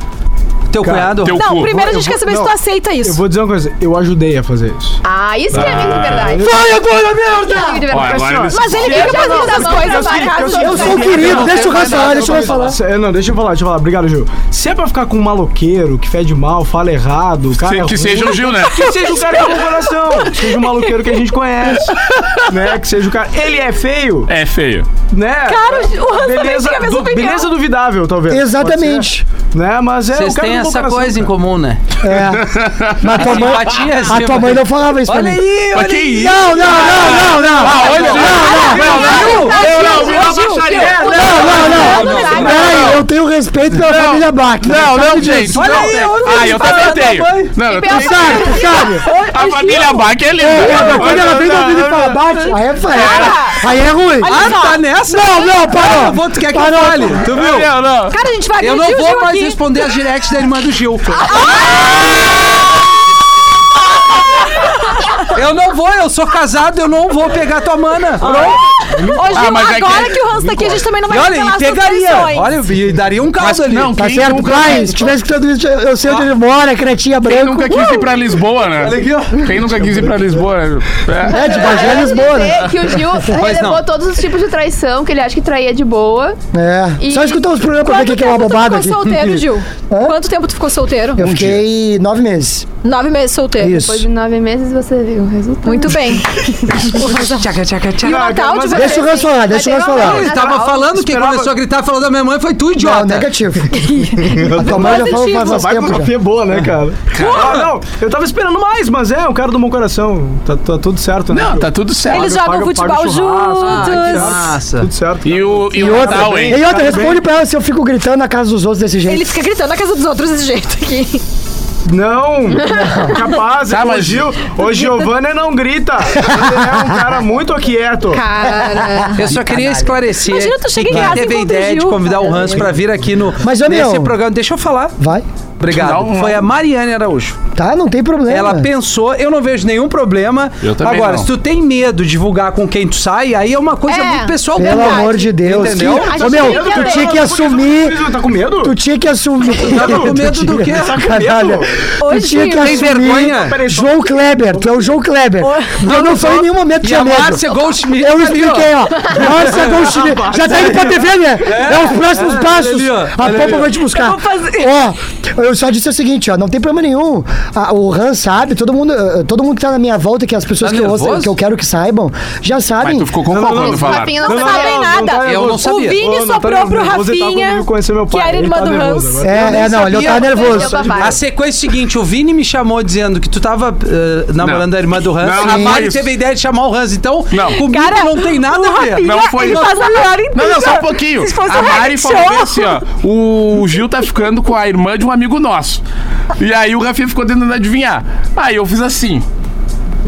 [SPEAKER 2] teu
[SPEAKER 7] Cara,
[SPEAKER 2] cunhado?
[SPEAKER 4] teu-
[SPEAKER 3] Não,
[SPEAKER 4] cu.
[SPEAKER 3] primeiro a
[SPEAKER 7] Eu
[SPEAKER 3] gente
[SPEAKER 7] vou-
[SPEAKER 3] quer saber se
[SPEAKER 7] não,
[SPEAKER 3] tu aceita
[SPEAKER 7] Eu
[SPEAKER 3] isso.
[SPEAKER 7] vou dizer uma coisa, eu ajudei a fazer isso.
[SPEAKER 6] Ah, isso que é amigo de verdade.
[SPEAKER 5] Vai agora, merda!
[SPEAKER 6] Isso é amigo de
[SPEAKER 4] Ó,
[SPEAKER 6] verdade.
[SPEAKER 4] agora
[SPEAKER 3] Mas ele fica fazendo essas coisas pra casa.
[SPEAKER 5] Eu sou o querido, deixa o Hans falar, deixa o Hans falar.
[SPEAKER 7] Se- Não, deixa eu falar, deixa eu falar. Obrigado, Gil. Se é pra ficar com um maloqueiro que fede mal, fala errado, o cara. é
[SPEAKER 4] Que
[SPEAKER 7] ruim,
[SPEAKER 4] seja
[SPEAKER 2] um-
[SPEAKER 4] o Gil, né?
[SPEAKER 7] Que seja o cara que tem um coração. Que seja um maloqueiro que a gente conhece. Né? Que seja o cara. Ele é feio,
[SPEAKER 4] É feio.
[SPEAKER 7] né?
[SPEAKER 3] Cara, o Hans também
[SPEAKER 7] beleza,
[SPEAKER 3] tem a mesma
[SPEAKER 7] du-
[SPEAKER 3] opinião.
[SPEAKER 7] beleza duvidável, talvez.
[SPEAKER 5] Exatamente.
[SPEAKER 7] Pode ser, Né? Mas é
[SPEAKER 2] Vocês
[SPEAKER 7] o cara
[SPEAKER 2] têm
[SPEAKER 7] com bom
[SPEAKER 2] essa
[SPEAKER 7] coração,
[SPEAKER 2] coisa em
[SPEAKER 7] cara.
[SPEAKER 2] comum, né? (laughs)
[SPEAKER 5] É. Mas tua mãe.
[SPEAKER 2] Simpatia,
[SPEAKER 5] A tua mãe não falava isso pra
[SPEAKER 2] Olha
[SPEAKER 5] mim.
[SPEAKER 2] aí,
[SPEAKER 4] Mas
[SPEAKER 2] olha
[SPEAKER 4] que
[SPEAKER 2] aí.
[SPEAKER 4] isso?
[SPEAKER 5] Não, não, não, não, não.
[SPEAKER 4] Ah, olha o Gil. Não, não, eu não, eu não baixaria.
[SPEAKER 5] Não, não, não.
[SPEAKER 4] Não, não,
[SPEAKER 5] Peraí, eu tenho respeito pela família Bach.
[SPEAKER 4] Não, não, gente.
[SPEAKER 2] Olha
[SPEAKER 4] não.
[SPEAKER 2] aí, olha
[SPEAKER 4] Ah,
[SPEAKER 2] aí,
[SPEAKER 4] eu
[SPEAKER 2] fala
[SPEAKER 4] também
[SPEAKER 2] da
[SPEAKER 4] tenho.
[SPEAKER 2] mãe.
[SPEAKER 4] Não, eu
[SPEAKER 5] Tu
[SPEAKER 4] também
[SPEAKER 5] sabe, tu sabe.
[SPEAKER 4] A família Bach é linda.
[SPEAKER 5] Quando ela vem na vida e fala Bach, aí é feio. Aí é ruim.
[SPEAKER 2] Ah, tá nessa?
[SPEAKER 5] Não, não, parou.
[SPEAKER 2] Eu vou, tu quer que eu
[SPEAKER 5] Parou.
[SPEAKER 2] fale? Tu viu?
[SPEAKER 4] Não, não.
[SPEAKER 3] Cara, a gente vai
[SPEAKER 2] Eu
[SPEAKER 3] agredir
[SPEAKER 2] não
[SPEAKER 3] o Gil
[SPEAKER 2] vou mais
[SPEAKER 3] aqui.
[SPEAKER 2] responder as directs da irmã do Gil. Eu não vou, eu sou casado, eu não vou pegar tua mana.
[SPEAKER 3] Ô, Gil,
[SPEAKER 4] Ah, mas é que-
[SPEAKER 3] agora que... o Hans tá aqui, a gente também não vai
[SPEAKER 2] E olha,
[SPEAKER 3] revelar
[SPEAKER 2] e
[SPEAKER 3] as
[SPEAKER 2] pegaria.
[SPEAKER 3] suas
[SPEAKER 2] Olha, e daria um caso ali.
[SPEAKER 4] não,
[SPEAKER 5] Tá
[SPEAKER 4] Quem
[SPEAKER 5] certo,
[SPEAKER 4] nunca-
[SPEAKER 5] Brian? Se tiver escutando isso, eu eu sei onde ele mora, é cretinha
[SPEAKER 4] Quem
[SPEAKER 5] branco.
[SPEAKER 4] nunca quis ir pra Lisboa, né?
[SPEAKER 2] Olha aqui, ó.
[SPEAKER 4] Quem nunca quis ir pra Lisboa, né? É.
[SPEAKER 5] É, de Bagé
[SPEAKER 6] Eu
[SPEAKER 5] Lisboa, né?
[SPEAKER 6] dizer que
[SPEAKER 5] (laughs)
[SPEAKER 6] o Gil relevou
[SPEAKER 2] não.
[SPEAKER 6] todos os tipos de traição que ele acha que traía de boa.
[SPEAKER 5] É.
[SPEAKER 6] E-
[SPEAKER 5] Só escutar os programas pra ver o que que é uma bobada
[SPEAKER 3] Quanto tempo
[SPEAKER 5] aqui.
[SPEAKER 3] tu ficou solteiro, Gil? Quanto tempo tu ficou solteiro?
[SPEAKER 5] Eu fiquei nove meses.
[SPEAKER 3] É, Nove meses solteiro.
[SPEAKER 5] Isso.
[SPEAKER 6] Depois de nove meses você viu o resultado.
[SPEAKER 3] Muito bem.
[SPEAKER 2] Tchaca, tchaca, tchaca.
[SPEAKER 3] E o
[SPEAKER 7] Ah, cara,
[SPEAKER 3] Natal de
[SPEAKER 7] mas
[SPEAKER 2] um.
[SPEAKER 6] vai
[SPEAKER 5] Deixa o
[SPEAKER 6] ter,
[SPEAKER 5] Hans
[SPEAKER 6] sim.
[SPEAKER 5] falar,
[SPEAKER 6] Vai
[SPEAKER 5] deixa o
[SPEAKER 6] ter
[SPEAKER 5] Hans
[SPEAKER 6] uma
[SPEAKER 5] falar.
[SPEAKER 6] mãe
[SPEAKER 2] Ele
[SPEAKER 6] natural.
[SPEAKER 2] tava falando que
[SPEAKER 7] Esperava-
[SPEAKER 2] começou a gritar falando da minha mãe, foi tu,
[SPEAKER 5] Não,
[SPEAKER 2] idiota.
[SPEAKER 5] negativo. a tua mãe já falou faz,
[SPEAKER 7] Só
[SPEAKER 5] faz
[SPEAKER 7] vai com
[SPEAKER 5] tempo
[SPEAKER 7] uma
[SPEAKER 5] já.
[SPEAKER 7] fé boa, né, cara? Ah, não, eu tava esperando mais, mas é, o cara do bom coração. Tá, tá tudo certo, né?
[SPEAKER 4] Não, tá tudo certo.
[SPEAKER 3] Eles
[SPEAKER 7] paga-
[SPEAKER 3] jogam
[SPEAKER 7] paga
[SPEAKER 3] futebol
[SPEAKER 7] o churrasco,
[SPEAKER 3] juntos.
[SPEAKER 2] Nossa.
[SPEAKER 7] Tudo certo.
[SPEAKER 4] E o, e
[SPEAKER 5] E
[SPEAKER 4] o
[SPEAKER 5] outra,
[SPEAKER 4] Natal, hein?
[SPEAKER 5] e outra
[SPEAKER 7] Tá
[SPEAKER 5] responde
[SPEAKER 7] bem.
[SPEAKER 5] pra ela se eu fico gritando na casa dos outros desse jeito.
[SPEAKER 3] Ele fica gritando na casa dos outros desse jeito aqui.
[SPEAKER 7] Não, capaz.
[SPEAKER 4] Tá,
[SPEAKER 7] Tá,
[SPEAKER 4] mas-
[SPEAKER 7] mas... O Giovanni não grita. Ele é um cara muito quieto.
[SPEAKER 6] Cara.
[SPEAKER 2] Eu só queria esclarecer.
[SPEAKER 3] Imagina tu chega em
[SPEAKER 2] que quem
[SPEAKER 3] casa e
[SPEAKER 2] teve
[SPEAKER 3] encontra
[SPEAKER 2] a
[SPEAKER 3] o
[SPEAKER 2] ideia de
[SPEAKER 3] Gil.
[SPEAKER 2] convidar o Hans pra vir aqui no
[SPEAKER 5] Mas, ô,
[SPEAKER 2] nesse
[SPEAKER 5] meu-
[SPEAKER 2] programa. Deixa eu falar.
[SPEAKER 5] Vai.
[SPEAKER 2] Obrigado.
[SPEAKER 4] Não, não.
[SPEAKER 2] Foi a Mariane Araújo.
[SPEAKER 5] Tá, não tem problema.
[SPEAKER 2] Ela pensou, eu não vejo nenhum problema.
[SPEAKER 4] Eu também
[SPEAKER 2] Agora,
[SPEAKER 4] não.
[SPEAKER 2] se tu tem medo de divulgar com quem tu sai, aí é uma coisa
[SPEAKER 6] É.
[SPEAKER 2] muito pessoal
[SPEAKER 5] Pelo
[SPEAKER 2] dela.
[SPEAKER 5] amor de Deus.
[SPEAKER 2] Entendeu?
[SPEAKER 5] Que-
[SPEAKER 6] A
[SPEAKER 5] Ô,
[SPEAKER 6] gente
[SPEAKER 5] meu,
[SPEAKER 6] tem que
[SPEAKER 5] tu
[SPEAKER 6] entender.
[SPEAKER 5] tinha que assumir.
[SPEAKER 7] Tá com medo?
[SPEAKER 5] Tu tinha que assumir.
[SPEAKER 2] tava com medo do quê? Tá com medo?
[SPEAKER 5] Caralho. Tu
[SPEAKER 3] Hoje,
[SPEAKER 5] tinha que
[SPEAKER 2] Tem
[SPEAKER 5] assumir.
[SPEAKER 2] vergonha?
[SPEAKER 7] Peraí, só-
[SPEAKER 5] João Kleber, tu é o João Kleber. Eu não falei em nenhum momento que
[SPEAKER 2] E a
[SPEAKER 5] tinha medo.
[SPEAKER 2] Márcia Goldschmidt. tá
[SPEAKER 5] Eu
[SPEAKER 2] ali, ó.
[SPEAKER 5] expliquei, ó. Márcia
[SPEAKER 2] (laughs)
[SPEAKER 5] Goldschmidt. Já tá indo pra TV, né? É, os próximos passos.
[SPEAKER 2] ali, ó.
[SPEAKER 5] a Popa vai te buscar.
[SPEAKER 3] Eu vou fazer-
[SPEAKER 5] Ó, eu só disse o seguinte, ó. Não tem problema nenhum. A- o Han sabe, todo mundo, eh, todo mundo que tá na minha volta, que as pessoas
[SPEAKER 2] Tá
[SPEAKER 5] que, eu ouço,
[SPEAKER 2] nervoso?
[SPEAKER 5] que eu quero que saibam, já
[SPEAKER 4] Mas
[SPEAKER 5] sabem.
[SPEAKER 4] tu ficou com qual quando falar?
[SPEAKER 6] Rafinha não,
[SPEAKER 3] Não
[SPEAKER 6] sabe.
[SPEAKER 3] sabem nada.
[SPEAKER 7] tá,
[SPEAKER 2] Eu não
[SPEAKER 7] vou-
[SPEAKER 2] sabia.
[SPEAKER 3] O Vini
[SPEAKER 7] Ô, não tá
[SPEAKER 3] soprou pro
[SPEAKER 7] nervoso, você tá
[SPEAKER 3] Rafinha,
[SPEAKER 7] comigo conhecer meu
[SPEAKER 3] que
[SPEAKER 7] pai.
[SPEAKER 3] era
[SPEAKER 7] Ele
[SPEAKER 3] irmã
[SPEAKER 7] tá
[SPEAKER 3] do
[SPEAKER 7] nervoso
[SPEAKER 3] Hans.
[SPEAKER 7] agora.
[SPEAKER 5] É,
[SPEAKER 2] Eu nem
[SPEAKER 5] é, não, ele
[SPEAKER 2] sabia.
[SPEAKER 5] tá nervoso.
[SPEAKER 6] Meu papai.
[SPEAKER 2] A sequência é a seguinte, o Vini me chamou dizendo que tu tava eh, namorando
[SPEAKER 4] Não.
[SPEAKER 2] a irmã do Hans,
[SPEAKER 4] Não,
[SPEAKER 2] a
[SPEAKER 4] não
[SPEAKER 2] Mari
[SPEAKER 4] foi isso.
[SPEAKER 2] teve a ideia de chamar o Hans, então
[SPEAKER 4] Não.
[SPEAKER 2] comigo
[SPEAKER 3] Cara,
[SPEAKER 2] não tem nada a ver.
[SPEAKER 3] Rafinha,
[SPEAKER 4] Não foi
[SPEAKER 3] ele
[SPEAKER 4] isso.
[SPEAKER 3] faz a melhor
[SPEAKER 4] Não,
[SPEAKER 3] intenção.
[SPEAKER 4] não, só um pouquinho.
[SPEAKER 3] Se fosse
[SPEAKER 4] A
[SPEAKER 3] um
[SPEAKER 4] Mari
[SPEAKER 3] reality
[SPEAKER 4] falou bem
[SPEAKER 3] show.
[SPEAKER 4] assim, ó. O Gil tá ficando com a irmã de um amigo nosso. E aí o Rafinha ficou tentando adivinhar. Aí eu fiz assim.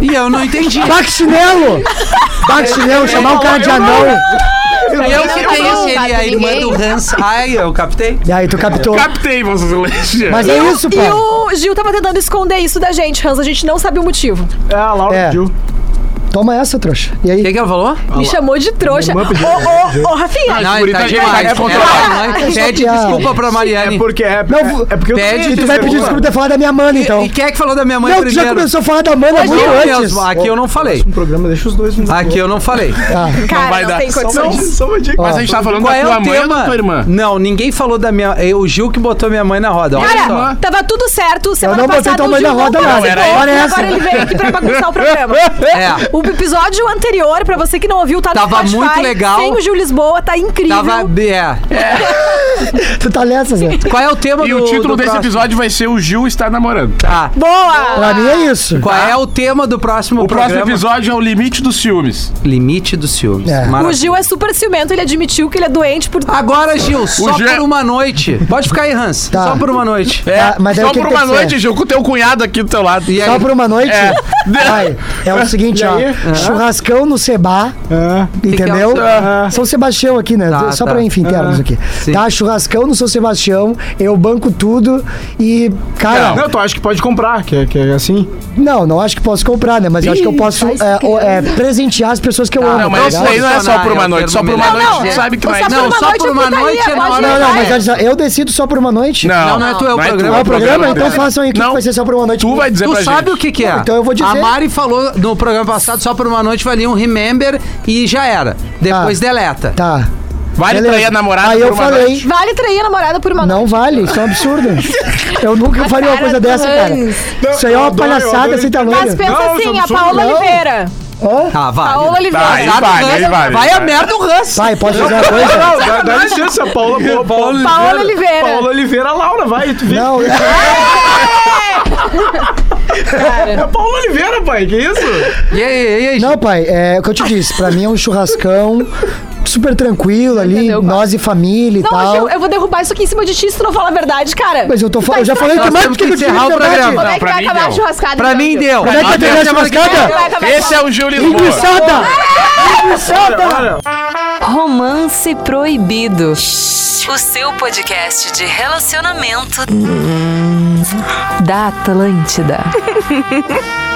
[SPEAKER 2] E eu não entendi.
[SPEAKER 5] Baxinelo! Baxinelo, chamar um cara de anão.
[SPEAKER 2] Eu
[SPEAKER 6] não,
[SPEAKER 2] que
[SPEAKER 6] não,
[SPEAKER 2] conheço
[SPEAKER 6] não,
[SPEAKER 2] ele, a irmã
[SPEAKER 6] ninguém.
[SPEAKER 2] do Hans. Ai, eu captei.
[SPEAKER 5] E aí, tu captou.
[SPEAKER 4] Captei, vocês elegem.
[SPEAKER 5] Mas é isso, pô.
[SPEAKER 3] E o Gil tava tentando esconder isso da gente, Hans. A gente não sabe o motivo.
[SPEAKER 7] É, a Laura
[SPEAKER 5] É.
[SPEAKER 7] pediu.
[SPEAKER 5] Toma essa, trouxa. E
[SPEAKER 2] O que,
[SPEAKER 5] aí?
[SPEAKER 2] que ela falou?
[SPEAKER 3] Me chamou de trouxa. Ô,
[SPEAKER 7] irmã pediu,
[SPEAKER 3] ô, ô, Rafinha.
[SPEAKER 2] Não, ele
[SPEAKER 4] bonita
[SPEAKER 2] tá
[SPEAKER 4] demais,
[SPEAKER 2] demais.
[SPEAKER 4] é
[SPEAKER 2] Ela-
[SPEAKER 4] controlar.
[SPEAKER 2] ela- Pede
[SPEAKER 5] piada.
[SPEAKER 2] desculpa pra Mariane.
[SPEAKER 7] É porque é,
[SPEAKER 5] Não,
[SPEAKER 7] é- é porque eu
[SPEAKER 2] pede,
[SPEAKER 7] tenho
[SPEAKER 5] E
[SPEAKER 7] que
[SPEAKER 5] tu vai pedir
[SPEAKER 7] ter vergonha.
[SPEAKER 5] desculpa de falar da minha mana, então.
[SPEAKER 2] E quem é que falou da minha mãe
[SPEAKER 5] Não, tu já
[SPEAKER 2] primeiro?
[SPEAKER 5] começou a falar da mana muito
[SPEAKER 2] Eu
[SPEAKER 5] antes.
[SPEAKER 2] mesmo, aqui eu não falei.
[SPEAKER 7] Um programa, deixa os dois minutos.
[SPEAKER 2] Aqui eu não falei.
[SPEAKER 3] Cara,
[SPEAKER 4] vai
[SPEAKER 3] não
[SPEAKER 4] dar.
[SPEAKER 3] tem
[SPEAKER 7] Só uma dica,
[SPEAKER 3] condições.
[SPEAKER 7] Só uma dica.
[SPEAKER 4] Mas a gente tava Tá falando
[SPEAKER 2] Qual
[SPEAKER 4] da
[SPEAKER 2] é
[SPEAKER 4] tua
[SPEAKER 2] o
[SPEAKER 4] mãe ou
[SPEAKER 2] tema?
[SPEAKER 4] da tua irmã?
[SPEAKER 2] Não, ninguém falou da minha. É o Gil que botou minha mãe na roda. Olha
[SPEAKER 3] Cara, tava tudo certo. Semana
[SPEAKER 5] não botei
[SPEAKER 3] passada
[SPEAKER 5] tua
[SPEAKER 3] o
[SPEAKER 5] mãe
[SPEAKER 3] Gil
[SPEAKER 5] na roda,
[SPEAKER 3] não
[SPEAKER 5] não.
[SPEAKER 3] participou,
[SPEAKER 4] Era essa.
[SPEAKER 5] Era essa.
[SPEAKER 3] Agora ele veio aqui pra bagunçar o programa.
[SPEAKER 2] só. É.
[SPEAKER 3] O episódio anterior, pra você que não ouviu, tá no
[SPEAKER 2] Tava
[SPEAKER 3] Spotify,
[SPEAKER 2] muito legal.
[SPEAKER 3] Sem o Gil Lisboa, tá incrível.
[SPEAKER 2] Tava. É.
[SPEAKER 5] (laughs) Tu tá nessa, Zé.
[SPEAKER 2] Qual é o tema
[SPEAKER 4] E
[SPEAKER 2] do
[SPEAKER 4] o título
[SPEAKER 2] do
[SPEAKER 4] desse
[SPEAKER 2] próximo?
[SPEAKER 4] episódio vai ser O Gil Está Namorando.
[SPEAKER 2] Tá.
[SPEAKER 3] Boa!
[SPEAKER 5] Pra mim é isso.
[SPEAKER 2] Qual é o tema do próximo
[SPEAKER 4] O
[SPEAKER 2] programa?
[SPEAKER 4] próximo episódio é O Limite dos Ciúmes.
[SPEAKER 2] Limite dos ciúmes.
[SPEAKER 5] É.
[SPEAKER 3] O
[SPEAKER 2] Maravilha.
[SPEAKER 3] Gil é super ciumento, ele admitiu que ele é doente por.
[SPEAKER 2] Agora, Gil, só
[SPEAKER 4] Gil-
[SPEAKER 2] por uma noite. Pode ficar aí, Hans.
[SPEAKER 5] Tá.
[SPEAKER 2] Só por uma noite.
[SPEAKER 4] É,
[SPEAKER 5] Tá, mas daí
[SPEAKER 4] só
[SPEAKER 5] o que
[SPEAKER 4] por
[SPEAKER 5] tem
[SPEAKER 4] uma
[SPEAKER 5] que ser?
[SPEAKER 4] noite, Gil, com o teu cunhado aqui do teu lado.
[SPEAKER 2] E
[SPEAKER 5] Só
[SPEAKER 2] aí?
[SPEAKER 5] por uma noite?
[SPEAKER 4] É.
[SPEAKER 5] Vai. É o seguinte,
[SPEAKER 7] E
[SPEAKER 5] ó.
[SPEAKER 7] aí?
[SPEAKER 5] Churrascão no Seba,
[SPEAKER 7] Ah,
[SPEAKER 5] entendeu?
[SPEAKER 2] É. que
[SPEAKER 7] é o-
[SPEAKER 5] São Sebastião aqui, né?
[SPEAKER 2] Tá,
[SPEAKER 5] Só
[SPEAKER 2] tá.
[SPEAKER 5] pra, enfim,
[SPEAKER 4] É.
[SPEAKER 5] termos aqui.
[SPEAKER 2] Sim.
[SPEAKER 5] Tá, churrascão no São Sebastião, eu banco tudo e, cara,
[SPEAKER 7] Não, tu acha que pode comprar, que é, que é assim.
[SPEAKER 5] não, não, acho que posso comprar, né? Mas eu acho que eu posso é, o- é, presentear as pessoas que eu amo.
[SPEAKER 4] Não,
[SPEAKER 5] tá
[SPEAKER 4] mas isso
[SPEAKER 5] ligado?
[SPEAKER 4] daí não é só por uma noite. Só por uma
[SPEAKER 2] Não,
[SPEAKER 4] noite,
[SPEAKER 3] não,
[SPEAKER 4] tu sabe que não é
[SPEAKER 3] só
[SPEAKER 4] isso.
[SPEAKER 2] Não,
[SPEAKER 3] por uma
[SPEAKER 2] só
[SPEAKER 3] noite
[SPEAKER 2] por
[SPEAKER 3] é
[SPEAKER 2] uma
[SPEAKER 3] putaria,
[SPEAKER 2] noite é na
[SPEAKER 3] pode
[SPEAKER 2] hora.
[SPEAKER 5] Não, não, mas
[SPEAKER 3] Vai.
[SPEAKER 5] olha só, eu decido só por uma noite?
[SPEAKER 2] Não, não é tu, é o programa.
[SPEAKER 5] É o
[SPEAKER 4] dele.
[SPEAKER 5] programa? Então façam aí. O que
[SPEAKER 4] né? Não,
[SPEAKER 5] que vai ser só por uma noite?
[SPEAKER 4] Tu vai dizer
[SPEAKER 2] Tu
[SPEAKER 4] pra
[SPEAKER 2] sabe
[SPEAKER 4] gente.
[SPEAKER 2] o que que é?
[SPEAKER 5] Não, então eu vou dizer.
[SPEAKER 2] A Mari falou no programa passado, só por uma noite valia um remember e já era. Depois
[SPEAKER 5] Tá.
[SPEAKER 2] deleta.
[SPEAKER 5] Tá.
[SPEAKER 4] Vale
[SPEAKER 5] beleza.
[SPEAKER 4] trair a namorada
[SPEAKER 5] Aí
[SPEAKER 4] por
[SPEAKER 5] eu
[SPEAKER 4] uma
[SPEAKER 5] falei.
[SPEAKER 4] noite.
[SPEAKER 3] Vale trair a namorada por uma
[SPEAKER 5] Não
[SPEAKER 3] noite.
[SPEAKER 5] vale, isso é um absurdo. Eu nunca faria uma
[SPEAKER 6] cara
[SPEAKER 5] coisa
[SPEAKER 6] do
[SPEAKER 5] dessa, cara.
[SPEAKER 6] Hans.
[SPEAKER 5] Isso aí é
[SPEAKER 7] eu
[SPEAKER 5] uma
[SPEAKER 7] adoro, eu
[SPEAKER 5] palhaçada
[SPEAKER 7] adoro
[SPEAKER 5] sem
[SPEAKER 7] ele.
[SPEAKER 5] tamanho.
[SPEAKER 3] Mas pensa
[SPEAKER 7] Não,
[SPEAKER 3] assim,
[SPEAKER 7] isso é
[SPEAKER 3] a Paola
[SPEAKER 5] absurdo. Não.
[SPEAKER 3] Oliveira.
[SPEAKER 5] Ó,
[SPEAKER 2] Tá, vale.
[SPEAKER 3] Paola
[SPEAKER 4] Tá, aí
[SPEAKER 3] Oliveira.
[SPEAKER 4] vale, aí
[SPEAKER 2] vai,
[SPEAKER 4] vale.
[SPEAKER 2] a merda do Hans.
[SPEAKER 5] Pai, posso fazer uma coisa?
[SPEAKER 7] Não, dá, dá licença, Paula. Paula, Paula,
[SPEAKER 3] Paola Oliveira.
[SPEAKER 7] Paula Oliveira, Laura, vai. Tu vê.
[SPEAKER 5] Não,
[SPEAKER 7] É Paula Oliveira, pai, que isso?
[SPEAKER 2] E aí, e aí,
[SPEAKER 5] não, pai, é o que eu te disse. Pra mim é um churrascão super tranquilo ali,
[SPEAKER 6] Entendeu, pai?
[SPEAKER 5] nós e família e
[SPEAKER 3] Não,
[SPEAKER 5] tal.
[SPEAKER 3] Gil, eu vou derrubar isso aqui em cima de ti se tu não fala a verdade, cara.
[SPEAKER 5] Mas eu tô falando, eu já falei
[SPEAKER 2] Nós
[SPEAKER 5] que mais
[SPEAKER 2] temos
[SPEAKER 5] do que
[SPEAKER 2] que
[SPEAKER 5] eu tive
[SPEAKER 2] encerrar o
[SPEAKER 5] liberdade.
[SPEAKER 2] programa.
[SPEAKER 6] Como é
[SPEAKER 4] Não,
[SPEAKER 6] que
[SPEAKER 4] pra
[SPEAKER 6] vai
[SPEAKER 4] mim
[SPEAKER 6] acabar a
[SPEAKER 4] deu.
[SPEAKER 6] churrascada?
[SPEAKER 2] Pra
[SPEAKER 6] então,
[SPEAKER 2] mim
[SPEAKER 6] Gil?
[SPEAKER 2] deu.
[SPEAKER 5] Como é que vai terminar essa
[SPEAKER 3] Como é
[SPEAKER 5] mascada?
[SPEAKER 3] que vai
[SPEAKER 4] Esse
[SPEAKER 3] acabar?
[SPEAKER 4] é o Gil Lisboa.
[SPEAKER 5] Enguiçada!
[SPEAKER 7] Olha,
[SPEAKER 5] Enguiçada!
[SPEAKER 1] Romance Proibido. O seu podcast de relacionamento da Atlântida.